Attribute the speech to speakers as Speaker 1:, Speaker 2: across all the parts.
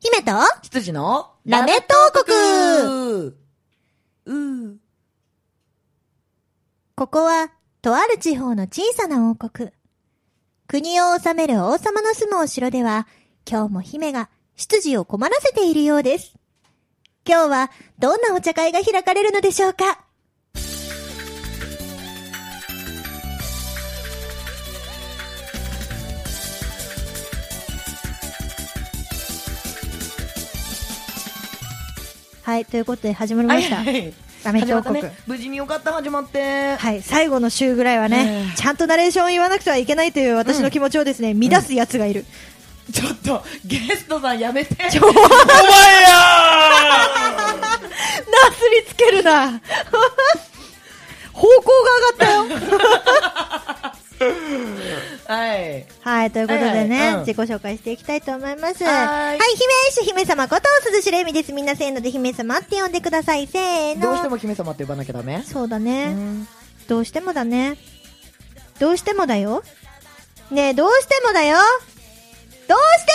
Speaker 1: 姫と
Speaker 2: 羊の
Speaker 1: ラメット王
Speaker 2: 国うー。
Speaker 1: ここは、とある地方の小さな王国。国を治める王様の住むお城では、今日も姫が執事を困らせているようです。今日は、どんなお茶会が開かれるのでしょうかはい、ということで始まりました。
Speaker 2: はい
Speaker 1: ラメッ
Speaker 2: 始
Speaker 1: ト
Speaker 2: ま
Speaker 1: 王
Speaker 2: った
Speaker 1: 国。
Speaker 2: ね。無事によかった、始まって。
Speaker 1: はい、最後の週ぐらいはね、
Speaker 2: うん
Speaker 1: ちゃんとナレーションを言わなくてはいけないという私の気持ちをですね、乱す奴がいる。
Speaker 2: ちょっと、ゲストさんやめて。
Speaker 1: ちょ、ナ
Speaker 2: お前や
Speaker 1: スにつけるな方向が上がったよ
Speaker 2: はい。
Speaker 1: はい、ということでね、
Speaker 2: はいはいうん
Speaker 1: 自己紹介していきたいと思います。
Speaker 2: は
Speaker 1: は
Speaker 2: ー
Speaker 1: い、
Speaker 2: い
Speaker 1: 姫主姫様こと鈴しれみです。みんなせーので姫様って呼んでください。せーの。
Speaker 2: どうしても姫様って呼ばなきゃダメ
Speaker 1: そうだ
Speaker 2: う
Speaker 1: ね、
Speaker 2: ん
Speaker 1: どうしてもだね。どうしてもだよ。ねえ、どうしてもだよどうし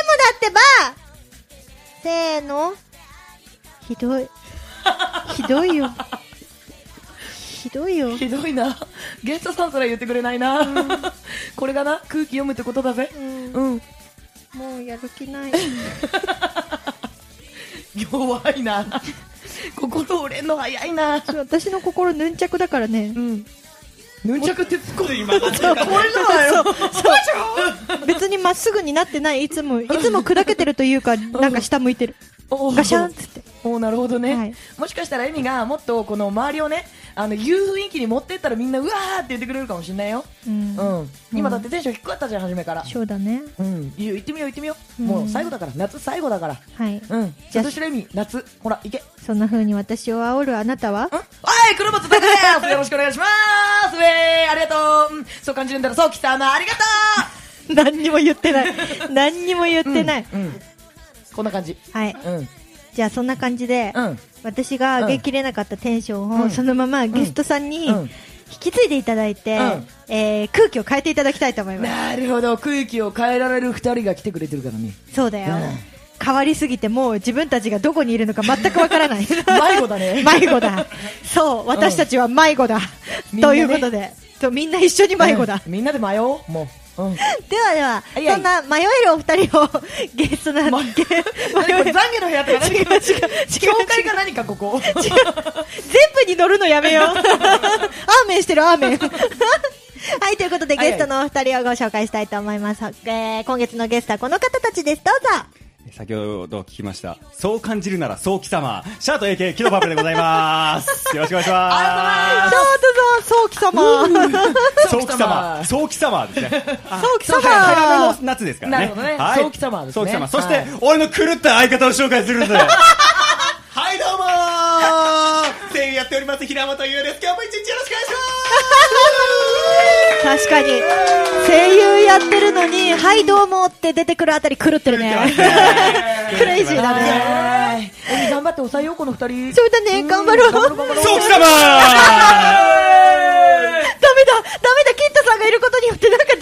Speaker 1: てもだってばせーの。ひどい。ひどいよ。ひどいよ。
Speaker 2: ひどいな。ゲストさんすら言ってくれないな。これがな、空気読むってことだぜ
Speaker 1: う。ん、
Speaker 2: うん。
Speaker 1: もうやる気ない。
Speaker 2: 弱いな。心折れんの早いな。
Speaker 1: そう 私の心ヌンチャクだからね
Speaker 2: う。ん。ヌンチャクって突っ込んで今。
Speaker 1: そうそう別にまっすぐになってないいつもいつも砕けてるというかなんか下向いてる
Speaker 2: おー
Speaker 1: ガシャンっつって
Speaker 2: おーなるほどね、
Speaker 1: はい
Speaker 2: もしかしたらエミがもっとこの周りをねあの言う雰囲気に持ってったらみんなうわーって言ってくれるかもしれないよ、
Speaker 1: うん
Speaker 2: うん今だってテンション低かったじゃん初めから
Speaker 1: そうだね
Speaker 2: うんいいよ言ってみよう言ってみよう、
Speaker 1: うん
Speaker 2: もう最後だから夏最後だから
Speaker 1: はい
Speaker 2: うん
Speaker 1: じゃあ
Speaker 2: じゃあエミ夏ほら行け
Speaker 1: そんな風に私を煽るあなたは
Speaker 2: うんはい黒松拓ですよろしくお願いしますウェーイありがとう、うん、そう感じるんだらそう貴様ありがと
Speaker 1: 何にも言ってない 何にも言っ
Speaker 2: う
Speaker 1: てない、
Speaker 2: うんうんこんな感じ
Speaker 1: はい
Speaker 2: うん
Speaker 1: じゃあそんな感じで、
Speaker 2: うん
Speaker 1: 私が上げきれなかったテンションを、
Speaker 2: うん
Speaker 1: そのままゲストさんに
Speaker 2: うん
Speaker 1: 引き継いでいただいて、
Speaker 2: うん
Speaker 1: えー空気を変えていただきたいと思います
Speaker 2: なるほど空気を変えられる二人が来てくれてるからね
Speaker 1: そうだよ、
Speaker 2: うん
Speaker 1: 変わりすぎてもう自分たちがどこにいるのか全くわからない
Speaker 2: 迷子だね
Speaker 1: 迷子だそう私たちは迷子だ、
Speaker 2: みんな
Speaker 1: とい
Speaker 2: ね
Speaker 1: うことでとみんな一緒に迷子だ、
Speaker 2: うんみんなで迷おうもう、 うん、
Speaker 1: ではでは、
Speaker 2: いはい
Speaker 1: そんな迷えるお二人をゲストな
Speaker 2: ま
Speaker 1: んで 迷
Speaker 2: 何こ
Speaker 1: える
Speaker 2: れ懺悔の部屋とか何
Speaker 1: 違う違う違う
Speaker 2: 教会か何かここ
Speaker 1: 違う全部に乗るのや めようアーメンしてるアーメン はいということで
Speaker 2: はい
Speaker 1: ゲ
Speaker 2: はい
Speaker 1: ストのお二人をご紹介したいと思います、えー今月のゲストはこの方たちですどうぞ
Speaker 3: 先ほど聞きました。そう感じるなら、そう貴様。シャート AK、木のパブでございます。よろしくお願いし
Speaker 1: ど
Speaker 3: ま
Speaker 1: うぞ早期様
Speaker 3: す。
Speaker 2: そ
Speaker 3: そう
Speaker 2: 貴
Speaker 3: う貴
Speaker 2: 様
Speaker 3: 様。そう貴様ですね。
Speaker 1: 早期
Speaker 2: そうか
Speaker 3: 早め
Speaker 1: 様
Speaker 3: の夏ですから
Speaker 2: な
Speaker 3: ね。
Speaker 2: るほどね
Speaker 3: はい
Speaker 2: そう貴様ですね
Speaker 3: そう貴様。そし
Speaker 2: は
Speaker 3: て
Speaker 2: い、
Speaker 3: 俺の狂った相方を紹介するんで。はい、どうもー声優やっております、平本優です。今日も一日よろしくお願いし
Speaker 1: 確かに声優やってるのに「はいどうも」って出てくるあたり狂ってるねクレイジーだね
Speaker 2: はーいエミ頑張って抑えようこの二人
Speaker 1: そうだね頑張ろうダメだダメ
Speaker 3: ます。そう貴様
Speaker 1: だキッドさんがいることによってなんか DJ ブー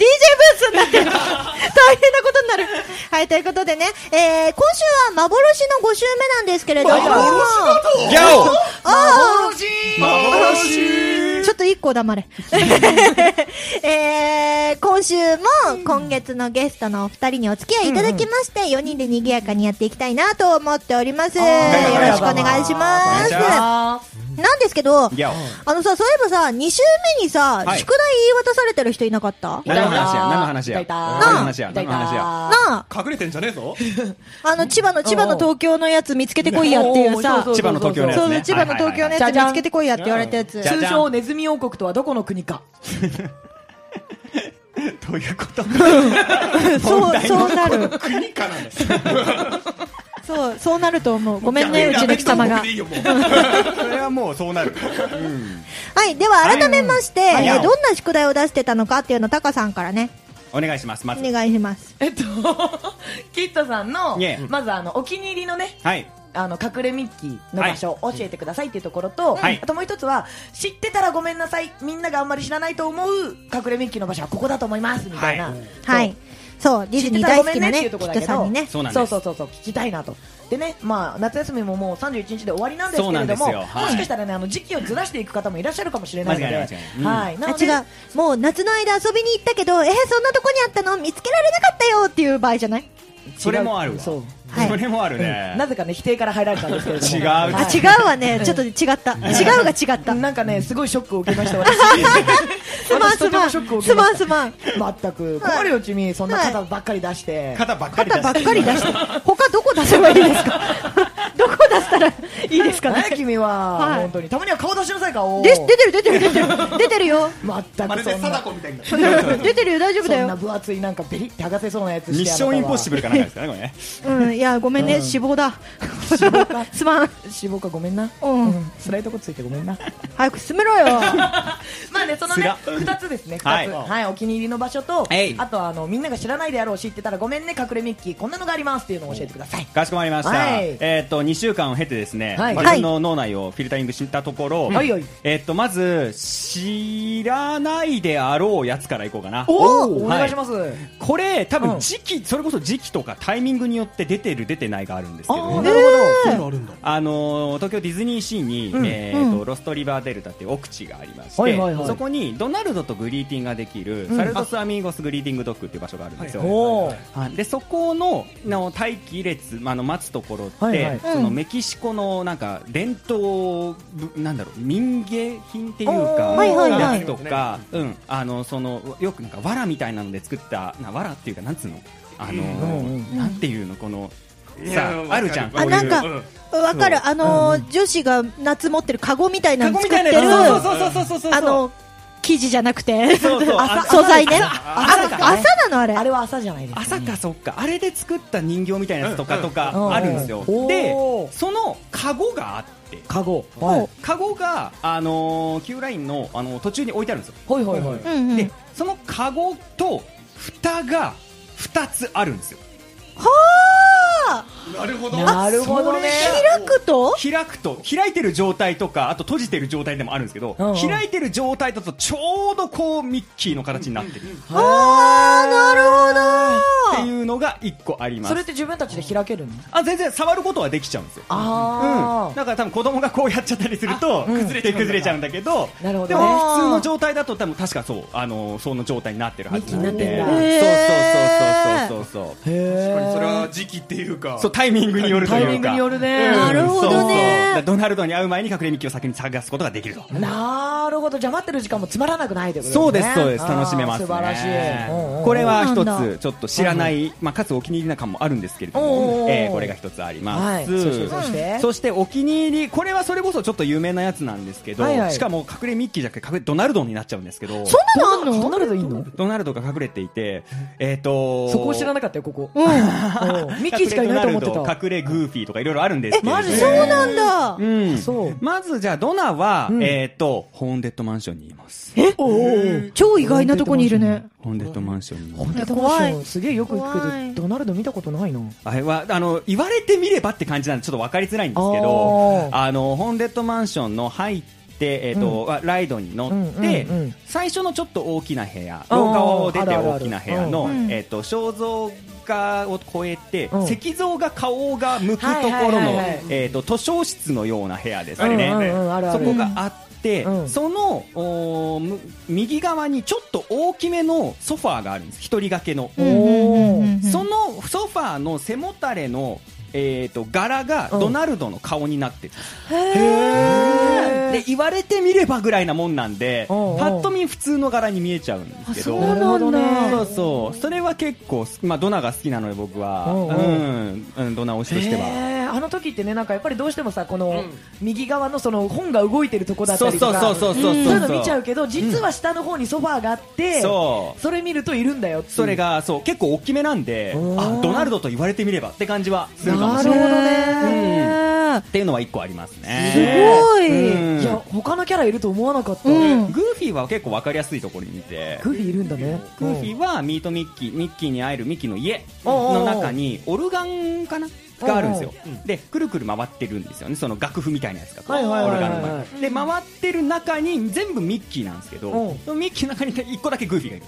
Speaker 1: スにな ってる大変なことになるはいということでね、えー、今週は幻の5週目なんですけれども
Speaker 3: ギャオ
Speaker 1: あ
Speaker 2: 幻
Speaker 3: 幻
Speaker 1: ーちょっと一個黙 れ、えー、今週も今月のゲストのお二人にお付き合いいただきまして、4人で賑やかにやっていきたいなと思っておりますよろしくお願いしま
Speaker 3: お願い
Speaker 1: す
Speaker 3: しま
Speaker 1: なんですけど
Speaker 3: ギャオ
Speaker 1: あのさ、そういえばさ、2週目にさ、
Speaker 3: はい
Speaker 1: 宿題言い渡されてる人いなかった
Speaker 3: 何の話や何の話や
Speaker 2: いたいた
Speaker 3: 何の話や何の話や
Speaker 1: なあ、
Speaker 3: 隠れてんじゃねえぞ
Speaker 1: あの、千葉の、千葉の東京のやつ見つけてこいやっていうさ、
Speaker 2: おーそうそうそう
Speaker 3: 千葉の東京のやつ
Speaker 1: そう、
Speaker 3: ね
Speaker 1: 千葉の東京のやつ
Speaker 2: はいはいはい
Speaker 1: 見つけてこいやって言われたやつ。
Speaker 3: じゃ
Speaker 2: 通
Speaker 3: じゃん
Speaker 2: 称ネズミ王国とはどこの国か
Speaker 3: どういうこと
Speaker 1: そう、そうなる。
Speaker 3: 国かなんです
Speaker 1: そう、そうなると思う。ごめんね、うちの貴様が。
Speaker 3: それはもうそうなる
Speaker 1: はい、では改めまして、
Speaker 3: はい
Speaker 1: え
Speaker 3: はい
Speaker 1: ーどんな宿題を出してたのかっていうのをタカさんからね、
Speaker 3: お願いしますま
Speaker 1: お
Speaker 3: ず
Speaker 1: 願いします。
Speaker 2: えっと キッドさんの
Speaker 3: ねえ
Speaker 2: まずあのお気に入りのね
Speaker 3: はい
Speaker 2: あの隠れミッキーの場所を教えてくださいっていうところと、
Speaker 3: はい
Speaker 2: あともう一つは知ってたらごめんなさいみんながあんまり知らないと思う隠れミッキーの場所はここだと思いますみたいな、
Speaker 3: はい
Speaker 1: はい。そう、ディズニー大好きなね、
Speaker 2: 知
Speaker 1: キ
Speaker 2: ってたら
Speaker 1: ッ
Speaker 2: ごめんねって
Speaker 1: ドさんにね。
Speaker 2: いうところだけどそ
Speaker 3: そううなんです
Speaker 2: そうそうそう聞きたいなと。でね、まあ夏休みももう31日で終わりなんですけれども、
Speaker 3: そうなんですよはい
Speaker 2: もしかしたらねあの時期をずらしていく方もいらっしゃるかもしれないので、
Speaker 3: 間違いない間違いないうん
Speaker 2: はい。な
Speaker 1: あ
Speaker 2: ので
Speaker 1: 違う、もう夏の間遊びに行ったけど、えー、そんなとこにあったの見つけられなかったよっていう場合じゃない
Speaker 3: それもあるわ
Speaker 2: そう。
Speaker 1: はい
Speaker 3: それもあるね、
Speaker 2: なぜかね否定から入られたんですけれども、
Speaker 3: 違う
Speaker 2: はい
Speaker 1: あ、違うわね。ちょっと違った。違うが違った。
Speaker 2: なんかね、すごいショックを受けました、 私。
Speaker 1: すまん
Speaker 2: 私と
Speaker 1: す
Speaker 2: て
Speaker 1: ま
Speaker 2: も
Speaker 1: ん。
Speaker 2: ショックを受
Speaker 1: す
Speaker 2: けま
Speaker 1: まん
Speaker 2: し
Speaker 1: すまん。
Speaker 2: た。全く、困るよ、君、そんな方ばっかり出して。
Speaker 3: 肩ばっかり出
Speaker 1: 肩
Speaker 3: して
Speaker 1: ばっかり出して。他どこ出せばいいですかどこ出したらいいですか
Speaker 2: ね
Speaker 1: ね、
Speaker 2: 君は
Speaker 1: は、い
Speaker 2: 本当に。たまには顔出しなさい、顔。
Speaker 1: で出てる出てる出てる。出てるよ。
Speaker 2: 全
Speaker 3: ま
Speaker 2: く
Speaker 3: る
Speaker 2: そ
Speaker 3: で
Speaker 2: んな
Speaker 3: 貞。子みたいな
Speaker 1: 出てるよ、大丈夫だ
Speaker 2: そんな
Speaker 1: よ。
Speaker 2: 分厚いなんかベリって剥がせそうなやつして
Speaker 3: ミッションインポッシブルかなんかですかねこれね
Speaker 1: うん、いや、ごめんね、死亡だ。すまん。
Speaker 2: ル脂肪かごめんな
Speaker 1: うん
Speaker 2: 辛いとこついてごめんな
Speaker 1: 早く進めろよ。
Speaker 2: まあねそのね
Speaker 3: 辛っ
Speaker 2: 2つですね2つ
Speaker 3: はい
Speaker 2: はいお気に入りの場所と
Speaker 3: えい
Speaker 2: あとはあのみんなが知らないであろう知ってたらごめんね隠れミッキーこんなのがありますっていうのを教えてください
Speaker 3: かしこまりました、
Speaker 2: はい
Speaker 3: えっと2週間を経てですね、
Speaker 2: はい
Speaker 3: 自分の脳内をフィルタリングしたところ、
Speaker 2: はいはい
Speaker 3: えっとまず知らないであろうやつからいこうかな
Speaker 2: お
Speaker 3: は
Speaker 2: おお願いします
Speaker 3: これ
Speaker 2: う
Speaker 3: 多
Speaker 2: ん
Speaker 3: 分時期、それこそ時期とかタイミングによって出てる出てないがあるんですけ
Speaker 2: あ
Speaker 3: ど
Speaker 2: あ
Speaker 3: ね
Speaker 2: なるほ
Speaker 4: そういうのあるんだ。
Speaker 3: あのー東京ディズニーシーに、
Speaker 2: ん
Speaker 3: えーとロストリバーデルタっていう奥地がありまして、
Speaker 2: はいはいはい
Speaker 3: そこにドナルドとグリーティングができる、サルトス・アミーゴス・グリーティングドッグっていう場所があるんですよ、
Speaker 2: どおお
Speaker 3: はいでそこのの待機列、まあ、あの待つところって、
Speaker 2: はいはい
Speaker 3: そのメキシコのなんか伝統ぶなんだろう民芸品っていうか、
Speaker 2: おーはいはいはい
Speaker 3: やつとか、うん、あのそのよくなんか藁みたいなので作ったな藁っていうかなんつうのあの、
Speaker 2: うん
Speaker 3: なんていうのこの
Speaker 4: いや
Speaker 3: さ
Speaker 4: わかる
Speaker 3: ああるじゃん
Speaker 4: わ
Speaker 1: あ、
Speaker 4: る
Speaker 1: なんか
Speaker 4: こういう、
Speaker 1: わかる。あのー、女子が夏持ってるカゴみたいなの作ってる、
Speaker 3: そうそうそうそうそうそう
Speaker 1: あの、生地じゃなくて、
Speaker 3: そうそうあ
Speaker 1: 素材ね。
Speaker 2: 朝
Speaker 1: 朝
Speaker 2: 朝かね
Speaker 1: なのあれ。
Speaker 2: あれは朝じゃないです
Speaker 3: 朝かそっかあれで作った人形みたいなやつと
Speaker 4: う
Speaker 3: か
Speaker 4: ん
Speaker 3: と
Speaker 2: うん
Speaker 3: かあるんですよ
Speaker 2: うん
Speaker 3: で
Speaker 2: おー
Speaker 3: そのカゴがあって
Speaker 2: カゴは
Speaker 1: はいい
Speaker 3: カゴが、あのー、Q ラインの、あのー途中に置いてあるんですよ、
Speaker 2: ほいほいほい
Speaker 1: うんうん
Speaker 3: でそのカゴと蓋が2つあるんですよ
Speaker 4: なるほど。
Speaker 2: なるほどね
Speaker 1: 開くと
Speaker 3: 開くと開いてる状態とかあと閉じてる状態でもあるんですけど、
Speaker 2: うんうん
Speaker 3: 開いてる状態だとちょうどこうミッキーの形になってるっ
Speaker 2: あ
Speaker 1: なるほど
Speaker 3: ていうのが1個ありま
Speaker 2: それっ
Speaker 3: す
Speaker 2: て自分たちで開けるの
Speaker 3: あ全然触ることはできちゃうんですよ
Speaker 2: あ
Speaker 3: うん、
Speaker 2: あ
Speaker 3: だから多分子供がこうやっちゃったりすると、
Speaker 2: うん
Speaker 3: 崩れて崩れちゃうんだけど
Speaker 2: なるほどね
Speaker 3: でも普通の状態だと多分確かそうあのその状態になってるはずな
Speaker 2: ミッ
Speaker 3: ん
Speaker 2: キー
Speaker 3: で
Speaker 2: にな
Speaker 3: そう
Speaker 1: ってんだ
Speaker 3: そうそうそうそうそう
Speaker 2: へ
Speaker 4: 確かにそれ
Speaker 2: え
Speaker 4: は時期っていうか。
Speaker 3: そうタイミングによるという
Speaker 2: タ
Speaker 3: か
Speaker 2: イミングによるね
Speaker 1: なるほどね
Speaker 3: そうそうドナルドに会う前に隠れミッキーを先に探すことができると
Speaker 2: なるほどじゃあ待ってる時間もつまらなくないということ
Speaker 3: そうで
Speaker 2: ね
Speaker 3: すそうです楽しめま
Speaker 2: あー素
Speaker 3: す、ね、
Speaker 2: 晴らしいうんうん
Speaker 3: これは一
Speaker 1: そうなんだ
Speaker 3: つちょっと知らない、まあ、かつお気に入りな感もあるんですけれど
Speaker 2: おうおうお
Speaker 3: も
Speaker 2: う、
Speaker 3: えーこれが一つありま
Speaker 2: はい
Speaker 3: す、
Speaker 2: そしてそして
Speaker 3: うんそしてお気に入りこれはそれこそちょっと有名なやつなんですけど、
Speaker 2: はいはい
Speaker 3: しかも隠れミッキーじゃなくて隠れドナルドになっちゃうんですけど
Speaker 1: そんなのあん
Speaker 2: ド
Speaker 1: の
Speaker 2: ナルドいんの
Speaker 3: ドナルドが隠れていて、えー、と
Speaker 2: そこを知ら
Speaker 3: な
Speaker 2: なかったよここ
Speaker 1: うん。
Speaker 2: うんミッキーしかいないと思ってた
Speaker 3: 隠れグーフィーとかいろいろあるんですけれど
Speaker 2: え
Speaker 3: も
Speaker 2: マジ
Speaker 1: そうなんだ
Speaker 3: うん
Speaker 2: そう
Speaker 3: まずじゃあドナは、
Speaker 2: うん
Speaker 3: えっ、とホーンデッドマンションにいます
Speaker 1: え超意外なとこにいるね。
Speaker 3: ホーンデッドマンションにいます
Speaker 1: いや怖い
Speaker 2: そうすげえよく行く
Speaker 1: 怖い
Speaker 2: けどドナルド見たことないな
Speaker 3: あれはあの言われてみればって感じなんでちょっと分かりづらいんですけ
Speaker 2: お
Speaker 3: ど
Speaker 2: ー
Speaker 3: あのホーンデッドマンションの入って、えーとあライドに乗って、
Speaker 2: うんうんうん
Speaker 3: 最初のちょっと大きな部屋
Speaker 2: おー
Speaker 3: 廊下を出
Speaker 2: あ
Speaker 3: て
Speaker 2: るあるあ
Speaker 3: 大
Speaker 2: る
Speaker 3: きな部屋の、
Speaker 1: うん
Speaker 3: えー、と肖像画を超えて、
Speaker 2: うん
Speaker 3: 石像が顔が向くとこ
Speaker 2: はい
Speaker 3: ろ
Speaker 2: はい
Speaker 3: の
Speaker 2: はいはい
Speaker 3: えーと図書室のような部屋です
Speaker 2: う
Speaker 3: ね。
Speaker 2: んうんうんあるあ
Speaker 3: そ
Speaker 2: る
Speaker 3: こがあって、
Speaker 2: うん
Speaker 3: そのおーむ右側にちょっと大きめのソファーがあるんです、一人掛けの。
Speaker 1: うんうんうんうん
Speaker 3: そのソファーの背もたれの、えー、と柄が
Speaker 2: うん
Speaker 3: ドナルドの顔になってる、
Speaker 2: へー
Speaker 3: で言われてみればぐらいなもんなんで、
Speaker 2: うんうん
Speaker 3: パッと見普通の柄に見えちゃうんですけど
Speaker 1: あそうなんだ
Speaker 3: そうそうそれは結構好き、まあ、ドナが好きなので僕は、
Speaker 2: うん
Speaker 3: うんうんドナ推しとしては。
Speaker 2: へーあの時ってねなんかやっぱりどうしてもさこの
Speaker 4: ん
Speaker 2: 右側のその本が動いてるとこだった
Speaker 3: そう
Speaker 2: り
Speaker 3: そ
Speaker 2: と
Speaker 3: う
Speaker 2: か
Speaker 3: そうそうそ
Speaker 1: う
Speaker 3: う
Speaker 1: ん
Speaker 2: そういうの見ちゃ
Speaker 3: そう
Speaker 2: けど実は下の方にソファーがあって
Speaker 3: うそう
Speaker 2: それ見るといるんだよっていう
Speaker 3: それがそう結構大きめなんで
Speaker 2: おー
Speaker 3: あドナルドと言われてみればって感じはするかも
Speaker 2: な
Speaker 3: し
Speaker 2: る
Speaker 3: れ
Speaker 2: ほ
Speaker 3: ない
Speaker 2: どね
Speaker 1: ね
Speaker 3: っていうのは一個ありますね
Speaker 1: すごい
Speaker 3: うん
Speaker 2: いや他のキャラいると思わなかった
Speaker 1: うん
Speaker 3: グーフィーは結構わかりやすいところにいて
Speaker 2: グーフィーいるんだね
Speaker 3: グーフィーはミートミッキーミッキーに会えるミッキーの家
Speaker 2: おうおうおう
Speaker 3: の中にオルガンかながあるんですよ、でくるくる回ってるんですよねその楽譜みたいなやつがこう
Speaker 2: はいはいはいはい
Speaker 3: オルガンの前にで回ってる中に全部ミッキーなんですけど
Speaker 2: うん
Speaker 3: そのミッキーの中に1個だけグーフィーがいる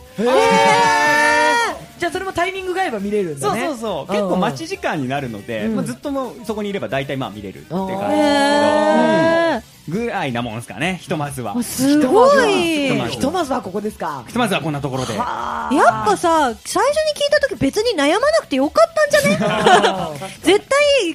Speaker 2: じゃあそれもタイミングが合えば見れるん
Speaker 3: そ
Speaker 2: だ
Speaker 3: う
Speaker 2: ね
Speaker 3: そうそう結構待ち時間になるので、
Speaker 2: うん
Speaker 3: まあ、ずっともうそこにいれば大体まあ見れるっていう感じ
Speaker 2: へ
Speaker 1: え
Speaker 3: うんぐらいなもんですかねひとまずは
Speaker 1: ー、
Speaker 3: ひ
Speaker 1: すご
Speaker 2: ひ
Speaker 1: い
Speaker 2: と
Speaker 1: や
Speaker 2: まずはひとまずはここですか
Speaker 3: とまずはこんなところで
Speaker 2: あ
Speaker 1: っぱさ最初に聞いた時別に悩まなくてよかったんじゃね 絶対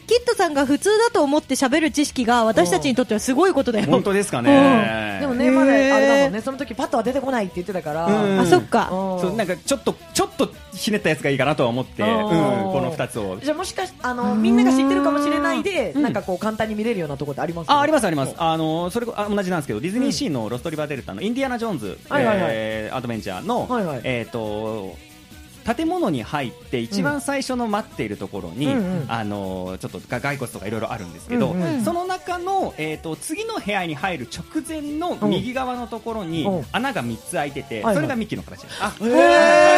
Speaker 1: キッドさんが普通だと思って喋る知識が私たちにとってはすごいことだよ
Speaker 3: 本当ですかね
Speaker 2: でもねまだあ
Speaker 1: へー
Speaker 2: れだもんねその時パッとは出てこないって言ってたから
Speaker 3: うん
Speaker 1: あそっか
Speaker 2: うん
Speaker 3: そうなんかちょっとちょっとひねったやつがいいかなとは思って、
Speaker 2: う
Speaker 3: うんん、この2つを
Speaker 2: じゃあもしかしあのみんなが知ってるかもしれないでなんかこう簡単に見れるようなところってあります
Speaker 3: あありますあります
Speaker 2: そう
Speaker 3: あのそれこあ同じなんですけどディズニーシーのロストリバーデルタのインディアナ・ジョーンズ、
Speaker 2: はいはいはい
Speaker 3: えーアドベンチャーの、
Speaker 2: はいはい
Speaker 3: えっ、と建物に入って一番最初の待っているところに、
Speaker 2: うんうん
Speaker 3: あのちょっとが骸骨とかいろいろあるんですけど、
Speaker 2: うん
Speaker 1: うん
Speaker 3: その中の、えー、と次の部屋に入る直前の右側のところに
Speaker 2: うん
Speaker 3: 穴が3つ開いてて、
Speaker 2: はいはい
Speaker 3: それがミッキーの形です、あ
Speaker 2: へ